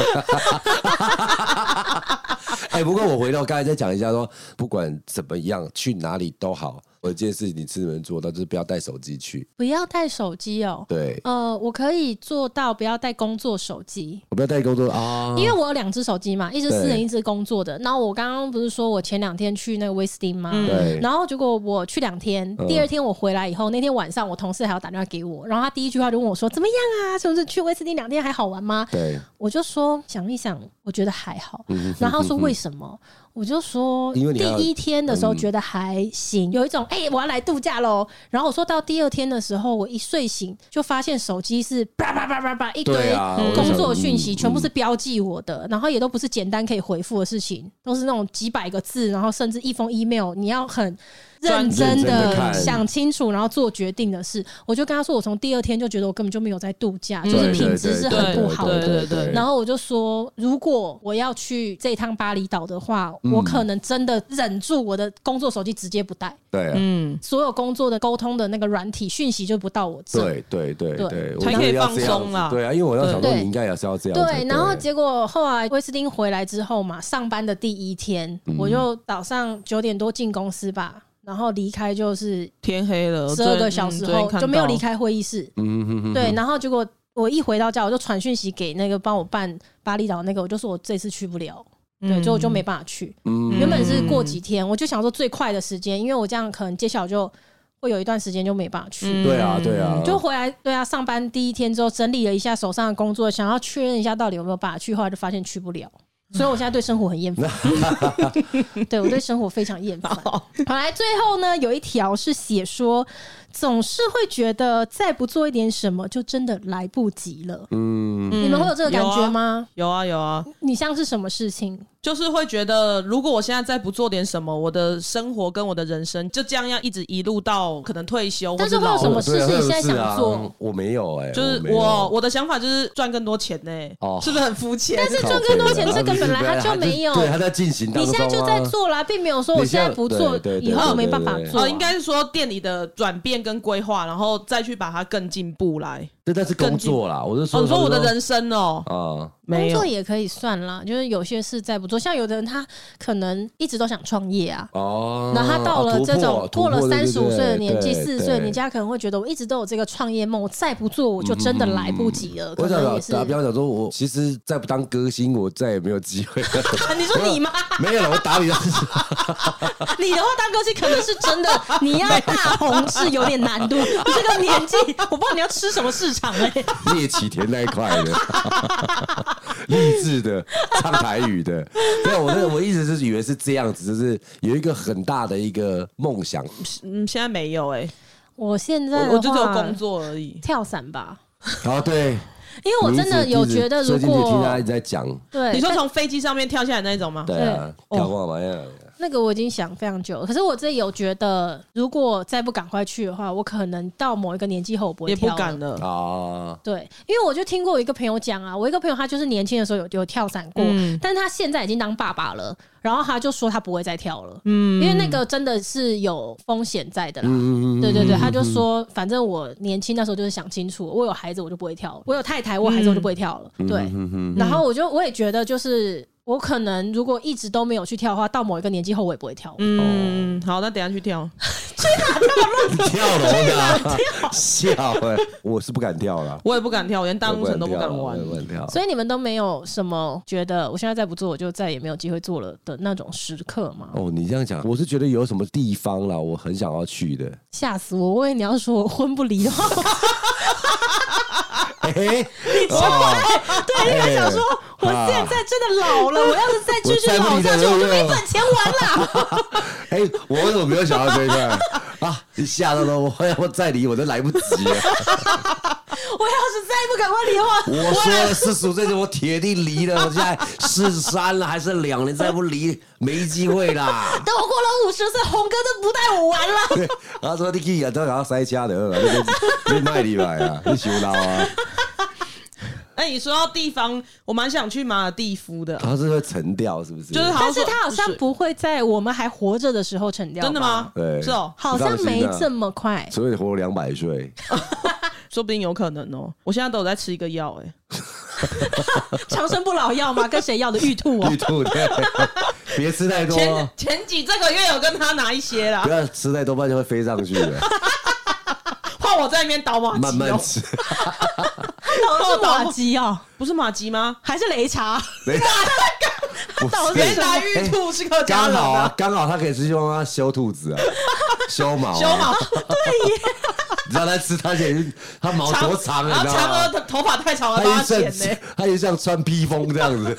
Speaker 2: 哎，不过我回到刚才再讲一下说，不管怎么样，去哪里都好。我有一件事情你是能做到，就是不要带手机去。
Speaker 1: 不要带手机哦。
Speaker 2: 对，
Speaker 1: 呃，我可以做到不要带工作手机，
Speaker 2: 我不要带工作啊，
Speaker 1: 因为我有两只手机嘛，一只
Speaker 2: 对
Speaker 1: 私人，一只工作的。然后我刚刚不是说我前两天去那个威斯汀吗？
Speaker 3: 嗯
Speaker 2: 对，
Speaker 1: 然后结果我去两天，
Speaker 2: 嗯
Speaker 1: 第二天我回来以后，那天晚上我同事还要打电话给我，然后他第一句话就问我说：“怎么样啊？是不是去威斯汀两天还好玩吗？”
Speaker 2: 对，
Speaker 1: 我就说想一想，我觉得还好。
Speaker 2: 嗯
Speaker 1: 然后他说为什么？我就说
Speaker 2: 因为你
Speaker 1: 第
Speaker 2: 要嗯
Speaker 1: 一天的时候觉得还行，有一种哎、我要来度假喽。然后我说到第二天的时候，我一睡醒就发现手机是叭叭叭叭叭一
Speaker 2: 对
Speaker 1: 堆
Speaker 2: 啊我就
Speaker 1: 工作
Speaker 2: 想
Speaker 1: 讯息，
Speaker 2: 嗯
Speaker 1: 全部是标记我的，然后也都不是简单可以回复的事情，都是那种几百个字，然后甚至一封 email，你要很。认
Speaker 3: 专
Speaker 2: 注
Speaker 1: 真
Speaker 2: 认真地
Speaker 1: 的
Speaker 2: 看
Speaker 1: 想清楚，然后做决定的事，我就跟他说，我从第二天就觉得我根本就没有在度假，就
Speaker 3: 嗯
Speaker 1: 是
Speaker 2: 对
Speaker 1: 品质是很不好的。
Speaker 3: 对对对
Speaker 1: 然后我就说，如果我要去这一趟巴厘岛的话，
Speaker 2: 嗯
Speaker 1: 我可能真的忍住我的工作手机直接不带，
Speaker 2: 对啊，
Speaker 3: 嗯，
Speaker 1: 所有工作的沟通的那个软体讯息就不到我这。
Speaker 2: 对对对
Speaker 1: 对
Speaker 2: 对，我
Speaker 3: 才
Speaker 2: 觉
Speaker 3: 可以
Speaker 2: 得要
Speaker 3: 放
Speaker 2: 这样
Speaker 3: 松
Speaker 2: 子
Speaker 3: 啦
Speaker 2: 对啊，因为我要想说
Speaker 1: 对
Speaker 2: 你应该也是要这样子，
Speaker 1: 对，然后结果后来威斯汀回来之后嘛，上班的第一天，
Speaker 2: 嗯
Speaker 1: 我就早上九点多进公司吧，然后离开就是
Speaker 3: 天黑了，
Speaker 1: 十二个小时后就没有离
Speaker 3: 开。
Speaker 1: 开会议室。
Speaker 2: 嗯哼哼，
Speaker 1: 对，然后结果我一回到家，我就传讯息给那个帮我办巴厘岛那个，我就说我这次去不了，对，所以我
Speaker 3: 嗯
Speaker 1: 就没办法去。
Speaker 2: 嗯
Speaker 1: 原本是过几天，我就想说最快的时间，因为我这样可能接下来就会有一段时间就没办法去。
Speaker 3: 嗯
Speaker 2: 对啊对啊，
Speaker 1: 就回来，对啊，上班第一天之后整理了一下手上的工作，想要确认一下到底有没有办法去，后来就发现去不了，所以我现在对生活很厌烦。对我对生活非常厌烦。好来，最后呢，有一条是写说，总是会觉得再不做一点什么，就真的来不及了。
Speaker 2: 嗯，
Speaker 1: 你们会有这个感觉吗？
Speaker 3: 有啊？有啊有啊，
Speaker 1: 你像是什么事情？
Speaker 3: 就是会觉得，如果我现在再不做点什么，我的生活跟我的人生就这样要一直一路到可能退休或
Speaker 1: 但是
Speaker 3: 者
Speaker 1: 会有
Speaker 3: 老
Speaker 1: 什
Speaker 3: 了。
Speaker 1: 么事是你现在想做
Speaker 2: 对啊？我没有哎，
Speaker 3: 就是
Speaker 2: 没有
Speaker 3: 我我的想法就是赚更多钱呢、
Speaker 2: 哦
Speaker 3: 是不是很 肤浅？但
Speaker 1: 是赚更多钱这个本来
Speaker 2: 靠北啦
Speaker 1: 他就没有
Speaker 2: 对，啊他在进行当
Speaker 1: 你
Speaker 2: 中
Speaker 1: 现
Speaker 2: 啊，
Speaker 1: 在就在做啦，并没有说我现在不做
Speaker 2: 你现在对，对
Speaker 1: 以后没办法
Speaker 2: 对对对
Speaker 1: 做啊。
Speaker 3: 呃，应该是说店里的转变跟规划，然后再去把它更进步来。
Speaker 2: 对，但是工作啦，我是说，
Speaker 3: 哦，你说我的人生哦，
Speaker 2: 啊，
Speaker 1: 工
Speaker 3: 没有
Speaker 1: 作，也可以算啦，就是有些事再不做，像有的人他可能一直都想创业啊。
Speaker 2: 哦，
Speaker 1: 然后他到了这种、
Speaker 2: 突
Speaker 1: 过
Speaker 2: 破
Speaker 1: 了
Speaker 2: 突破
Speaker 1: 三十五岁的
Speaker 2: 对对
Speaker 1: 年纪，
Speaker 2: 对
Speaker 1: 四十
Speaker 2: 对
Speaker 1: 岁的年纪，他可能会觉得我一直都有这个创业梦，我再不做我就真的来不及了。
Speaker 2: 我
Speaker 1: 可
Speaker 2: 想
Speaker 1: 能
Speaker 2: 打
Speaker 1: 也是
Speaker 2: 打比方讲说，我其实再不当歌星，我再也没有机会。
Speaker 1: 啊，你说你吗？
Speaker 2: 没有了，我打比方说，
Speaker 1: 你的话当歌星可能是真的，你要大红是有点难度。你这个年纪，我不知道你要吃什么市场哎、
Speaker 2: 聂启田那一块的， 励志的，唱台语的。对，我的我一直是以为是这样子，就是有一个很大的一个 梦想。
Speaker 3: 嗯，现在没有哎、
Speaker 1: 我现在
Speaker 3: 我我就只有工
Speaker 1: 作
Speaker 3: 作而已。
Speaker 1: 跳伞吧，
Speaker 2: 然后对，
Speaker 1: 因为我真的有觉得，如
Speaker 2: 最近也听
Speaker 1: 果
Speaker 2: 他一直在讲，
Speaker 1: 对
Speaker 3: 你说
Speaker 1: 但
Speaker 3: 从飞机上面跳下来那一种吗？
Speaker 2: 对啊，
Speaker 1: 对
Speaker 2: 跳过嘛呀，
Speaker 1: 那个我已经想非常久了，可是我自己有觉得，如果再不赶快去的话，我可能到某一个年纪后我不会
Speaker 3: 也不
Speaker 1: 跳了
Speaker 3: 敢了。
Speaker 2: 啊，
Speaker 1: 对，因为我就听过我一个朋友讲啊，我一个朋友他就是年轻的时候有有跳伞过，
Speaker 3: 嗯
Speaker 1: 但是他现在已经当爸爸了，然后他就说他不会再跳了，嗯，因为那个真的是有风险在的啦。
Speaker 2: 嗯
Speaker 1: 对对对，他就说，反正我年轻那时候就是想清楚，我有孩子我就不会跳了，我有太太，我有孩子我就不会跳了。
Speaker 2: 嗯
Speaker 1: 对，
Speaker 3: 嗯
Speaker 1: 然后我就我也觉得，就是我可能如果一直都没有去跳的话，到某一个年纪后我也不会跳了。
Speaker 3: 嗯，好，那等一下去跳。
Speaker 2: 跳楼的啊，笑哎，我是不敢跳了。
Speaker 3: 我也不敢跳，我连大陆城都不敢玩
Speaker 2: 我。也不敢跳。
Speaker 1: 所以你们都没有什么觉得我现在再不做，我就再也没有机会做了的那种时刻吗？
Speaker 2: 哦，你这样讲，我是觉得有什么地方啦，我很想要去的。
Speaker 1: 吓死我！我以为你要说我婚不 离的哦话，
Speaker 2: 哎、哦，
Speaker 1: 对，因为想说我
Speaker 2: 啊
Speaker 1: 现在真的老
Speaker 3: 哎
Speaker 1: 了，我要是再继续老下去，我
Speaker 2: 我再不离
Speaker 1: 就
Speaker 2: 了
Speaker 1: 没本钱玩啦。
Speaker 2: 哎、我为什么没有想到这一块啊？你吓到了我，我再离我都来不及了。
Speaker 1: 我要是再不赶快离的话，
Speaker 2: 我说了四十五岁，我铁定离了。我现在四十三了，还剩两年，再不离没机会啦。
Speaker 1: 等我过了五十岁，红哥都不带我玩 了。
Speaker 2: 对然后说你去啊，都给他塞车的，你你卖你来啊，你修老啊，
Speaker 3: 哎、你说到地方，我蛮想去马尔蒂夫的，
Speaker 2: 他是会沉掉是不是？
Speaker 3: 就是好
Speaker 1: 但
Speaker 3: 像说
Speaker 1: 是他好像
Speaker 3: 水
Speaker 1: 不会在我们还活着的时候沉掉，
Speaker 3: 真的？吗？
Speaker 2: 对
Speaker 3: 是哦，
Speaker 1: 好像没这么快。
Speaker 2: 所以活两百 岁。
Speaker 3: 说不定有可能哦。我现在都有在吃一个药、哎，
Speaker 1: 长生不老药吗？跟谁要的玉兔哦
Speaker 2: 玉？兔对，别吃太多，
Speaker 3: 前前几这个月有跟他拿一些啦
Speaker 2: 不，要吃太多，不然就会飞上去的。
Speaker 3: 换我在那边倒马
Speaker 2: 慢
Speaker 3: 鸡
Speaker 2: 慢
Speaker 3: 哦，
Speaker 2: 吃，
Speaker 3: 倒
Speaker 1: 是马吉哦，
Speaker 3: 不是马吉吗？
Speaker 1: 还是擂茶？
Speaker 2: 雷
Speaker 1: 倒
Speaker 2: 不
Speaker 1: 霉
Speaker 2: 是
Speaker 3: 雷达玉兔是客家
Speaker 2: 刚
Speaker 3: 人
Speaker 2: 好
Speaker 3: 啊
Speaker 2: 啊，， 刚好他可以去帮他修兔子啊， 修毛、啊，
Speaker 3: 修毛，
Speaker 2: 你知道他吃他也是他毛 多长，啊你
Speaker 3: 然
Speaker 2: 知
Speaker 3: 后嫦娥
Speaker 2: 道吗？
Speaker 3: 的头发太啊长了，
Speaker 2: 他
Speaker 3: 帮他
Speaker 2: 一
Speaker 3: 剪
Speaker 2: 阵
Speaker 3: 呢
Speaker 2: 子。，他一像穿披风这样 子，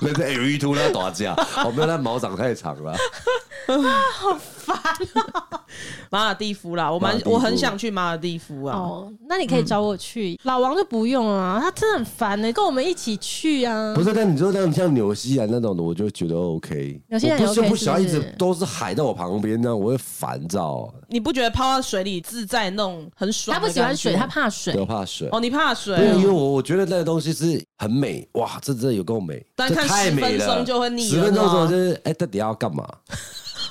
Speaker 2: 那在有一秃他打架，哦，没有，他毛长太长了，啊
Speaker 3: 马尔蒂夫啦，我
Speaker 2: 马尔
Speaker 3: 蛮
Speaker 2: 蒂夫
Speaker 3: 我很想去马尔蒂夫啊。
Speaker 1: 哦，那你可以找我去，老王就不用啊，他真的很烦呢、跟我们一起去啊
Speaker 2: 不。是？但你说那种像纽西兰那种的，我就觉得 OK，
Speaker 1: 纽西兰也
Speaker 2: 我不是
Speaker 1: OK，
Speaker 2: 不想要
Speaker 1: 是
Speaker 2: 一
Speaker 1: 不是
Speaker 2: 直都是海在我旁边，那样我会烦躁，
Speaker 3: 你不觉得泡在水里自在那种很爽？
Speaker 1: 他不喜欢水，他。怕水
Speaker 2: 我。怕水。
Speaker 3: 哦，你怕水
Speaker 2: 对，因为
Speaker 3: 哦，
Speaker 2: 我我觉得那个东西是很美，哇，这真的有够美，
Speaker 3: 但
Speaker 2: 这
Speaker 3: 看
Speaker 2: 太
Speaker 3: 10
Speaker 2: 美
Speaker 3: 分
Speaker 2: 了
Speaker 3: 钟就会腻了
Speaker 2: 十分钟
Speaker 3: 是吗
Speaker 2: 后就是，哎，到底要干嘛？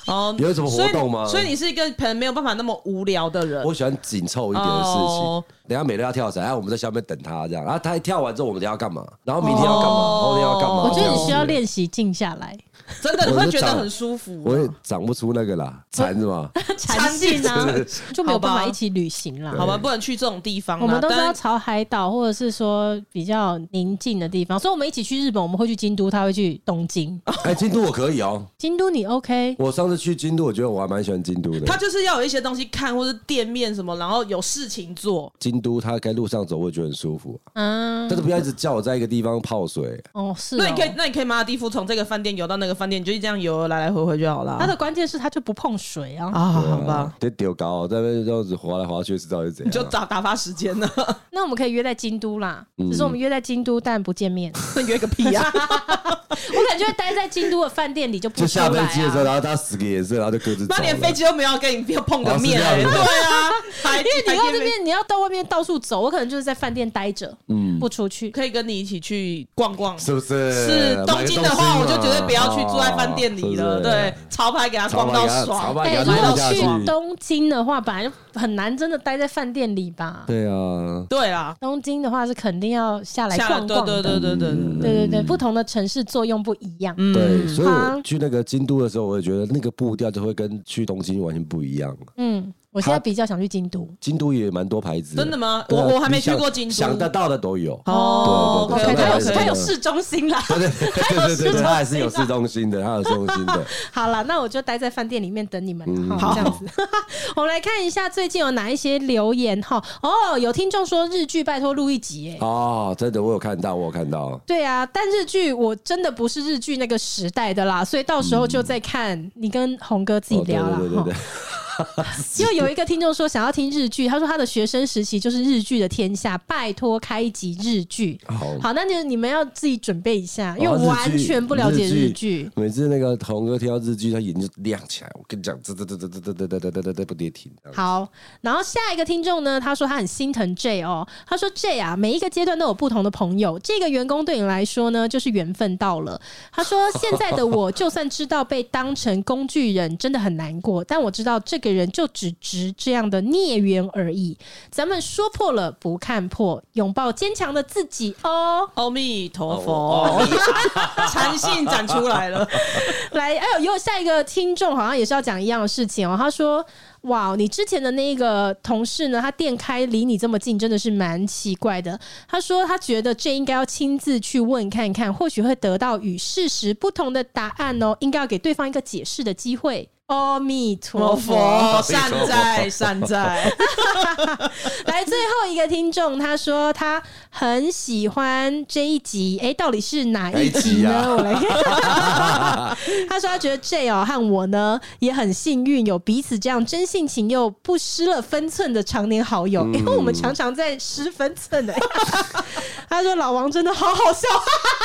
Speaker 3: 哦
Speaker 2: 有什么活动吗
Speaker 3: 所以所以你是一个可能没有办法那么无聊的人。
Speaker 2: 我喜欢紧凑一点的事
Speaker 3: 哦
Speaker 2: 情。等一下美乐要跳伞，哎然后我们在下面等他这样，然后他一跳完之后，我们等一下要干嘛？然后明天要干嘛？
Speaker 3: 哦
Speaker 2: 后天要干嘛？
Speaker 1: 我觉得你需要
Speaker 2: 这样子。
Speaker 1: 练习静下 来，
Speaker 3: 真的，你
Speaker 2: 我
Speaker 3: 会
Speaker 2: 就
Speaker 3: 觉得
Speaker 2: 长
Speaker 3: 很舒服。
Speaker 2: 我也长不出那个啦，馋是 吧？
Speaker 1: 禅性啊， 就没有办法一起旅行啦。
Speaker 3: 啊好吧，不能去这种地方啦。啊
Speaker 1: 我们都是要
Speaker 3: 但
Speaker 1: 朝海岛，或者是说比较宁静的地方，所以我们一起去日本，我们会去京都，他会去东京。
Speaker 2: 哎，京都我可以哦。
Speaker 1: 京都你 OK？
Speaker 2: 我上次去京都，我觉得我还蛮喜欢京都
Speaker 3: 他
Speaker 2: 的。
Speaker 3: 就是要有一些东西看，或者店面什么，然后有事情做。
Speaker 2: 京都它该路上走，我也觉得很舒服。
Speaker 1: 啊
Speaker 3: 嗯
Speaker 2: 但，是不要一直叫我在一个地方泡水。
Speaker 1: 哦是哦。
Speaker 3: 那你可以，那你可以马尔蒂夫从这个饭店游到那个饭店，你就这样游来来回回就好了。
Speaker 1: 他的关键是他就不碰水啊。
Speaker 3: 啊，
Speaker 2: 对啊
Speaker 3: 好吧，，
Speaker 2: 就丢高，在那边这样子滑来滑去，知道是怎
Speaker 3: 你就
Speaker 2: 样。
Speaker 3: 打打发时 间呢，
Speaker 1: 那我们可以约在京都啦，只是我们约在京都，但不见面。
Speaker 3: 约个屁呀！
Speaker 1: 我可能就会待在京都的饭店里，就不
Speaker 2: 就
Speaker 1: 出
Speaker 2: 下飞
Speaker 1: 来
Speaker 2: 机的时候，
Speaker 1: 啊。
Speaker 2: 然后他使个眼色，然后就各自走了。
Speaker 3: 那连飞机都没有要跟你碰个
Speaker 2: 哦是
Speaker 3: 面
Speaker 2: 这
Speaker 3: 欸，
Speaker 2: 样子
Speaker 3: 对 啊，还
Speaker 1: 因
Speaker 3: 因
Speaker 1: 为你要这边，你要到外面到处走，我可能就是在饭店待着，嗯，不出去。
Speaker 3: 可以跟你一起去逛逛。
Speaker 2: 是不是？
Speaker 3: 是东京的话，
Speaker 2: 买
Speaker 3: 我
Speaker 2: 个东
Speaker 3: 就
Speaker 2: 西嘛
Speaker 3: 绝对不要去住在饭店里
Speaker 2: 哦是
Speaker 3: 了。
Speaker 2: 不是
Speaker 3: 对，潮牌给他逛到
Speaker 2: 潮
Speaker 3: 爽。
Speaker 2: 牌给
Speaker 1: 哎，
Speaker 2: 他
Speaker 1: 如
Speaker 2: 潮牌给他
Speaker 1: 果
Speaker 2: 弄下
Speaker 1: 去
Speaker 2: 去。
Speaker 1: 东京的话，本来就很难真的待在饭店里吧。
Speaker 2: 对啊，
Speaker 3: 对啦，
Speaker 1: 东京的话是肯定要下来
Speaker 3: 下来
Speaker 1: 逛
Speaker 3: 对
Speaker 1: 逛的，
Speaker 3: 对对嗯对对对
Speaker 1: 对对对不同的城市作用不一样。
Speaker 2: 对，所以
Speaker 1: 嗯好
Speaker 2: 我去那个京都的时候，我也觉得那个步调就会跟去东京完全不一样。
Speaker 1: 嗯，我现在比较想去京都，
Speaker 2: 京都也蛮多牌子，
Speaker 3: 真的吗
Speaker 2: 对啊
Speaker 3: 我我还没
Speaker 2: 你想
Speaker 3: 去过京都
Speaker 2: 想得到的都有。
Speaker 3: 哦
Speaker 2: 对对对对
Speaker 3: OK，
Speaker 1: 它
Speaker 2: 对
Speaker 1: 有
Speaker 2: 对
Speaker 3: 可以
Speaker 2: 对
Speaker 1: 它有
Speaker 2: 对
Speaker 1: 市中心啦。
Speaker 2: 对对对对对对，它还是有市中心的，它有市中 心的。
Speaker 1: 好了，那我就待在饭店里面等你们了。
Speaker 2: 嗯
Speaker 1: 好，这样子， 我们来看一下最近有哪一些留言哈。哦，有听众说日剧拜托录一集哎。
Speaker 2: 哦，真的，我有看到，我有看到。
Speaker 1: 对啊，但日剧我真的不是日剧那个时代的啦，所以到时候就再看你跟红哥自己
Speaker 2: 哦，对
Speaker 1: 聊啦。
Speaker 2: 对对对
Speaker 1: 哈
Speaker 2: 对，
Speaker 1: 因为有一个听众说想要听日剧，他说他的学生时期就是日剧的天下，拜托开一集日剧。
Speaker 2: 好
Speaker 1: 好，那就你们要自己准备一下，因为
Speaker 2: 哦
Speaker 1: 我
Speaker 2: 日
Speaker 1: 完
Speaker 2: 剧
Speaker 1: 全不了解日剧。
Speaker 2: 每次那个童哥听到日剧，他眼睛就亮起来。我跟你讲，这这这这这这这这这这这不跌停。这样
Speaker 1: 好，然后下一个听众呢，他说他很心疼 J 哦，他说 J 啊，每一个阶段都有不同的朋友，这个员工对你来说呢，就是缘分到了。他说现在的我，就算知道被当成工具人，真的很难过，但我知道这个人就只值这样的孽缘而已。咱们说破了不看破，拥抱坚强的自己哦。
Speaker 3: 阿哦弥陀佛， 禅性展出来了。
Speaker 1: 来，哎呦，有下一个听众好像也是要讲一样的事情哦。他说：“哇，你之前的那个同事呢，他店开离你这么近，真的是蛮奇怪的。”他说他觉得这应该要亲自去问看看，或许会得到与事实不同的答案哦。应该要给对方一个解释的机会。阿弥陀
Speaker 3: 陀
Speaker 1: 佛。
Speaker 3: 佛，善哉善哉。
Speaker 1: 来，最后一个听众他说他很喜欢这一集，哎、到底是哪一集呢？
Speaker 2: 哪一集啊
Speaker 1: 我来看。 他说他觉得 J 哦和我呢也很幸运，有彼此这样真性情又不失了分寸的常年好
Speaker 2: 嗯
Speaker 1: 友，因为我们常常在失分寸的、 他说老王真的好好笑，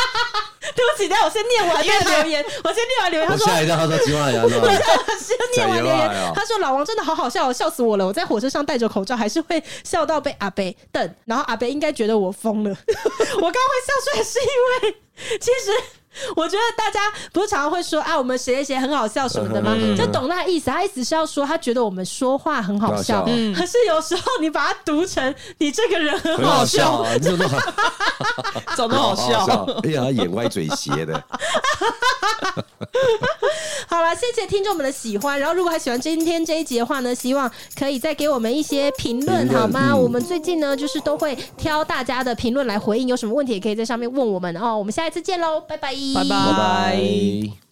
Speaker 1: 对不起，等一下我先念完这个留言，我先念完留言，他
Speaker 2: 我
Speaker 1: 说
Speaker 2: 吓一跳，他说今 晚要是吧？
Speaker 1: 先念完留
Speaker 2: 加油啊哎
Speaker 1: 言
Speaker 2: 呦，
Speaker 1: 他说老王真的好好笑，哦笑死我了！我在火车上戴着口罩，还是会 笑到被阿北瞪，然后阿北应该觉得我疯了。我刚刚会笑出来是因为其实我觉得大家不是常常会说啊，我们谁谁谁很好笑什么的吗？
Speaker 2: 嗯
Speaker 1: 就懂那意思，啊他意思是要说他觉得我们说话很好笑，
Speaker 2: 很好笑嗯
Speaker 1: 可是有时候你把它读成你这个人很
Speaker 2: 很
Speaker 1: 好
Speaker 2: 好
Speaker 1: 笑，
Speaker 2: 笑啊，真的好
Speaker 3: 长得哦好 笑。
Speaker 2: 而且哎他眼歪嘴斜 的，
Speaker 1: 好了，谢谢听众们的喜欢。然后，如果还喜欢今天这一集的话呢，希望可以再给我们一些评论，
Speaker 2: 评论
Speaker 1: 好吗？
Speaker 2: 嗯
Speaker 1: 我们最近呢，就是都会挑大家的评论来回应，有什么问题也可以在上面问我们哦。我们下一次见喽，拜拜，
Speaker 3: 拜拜
Speaker 2: 拜拜。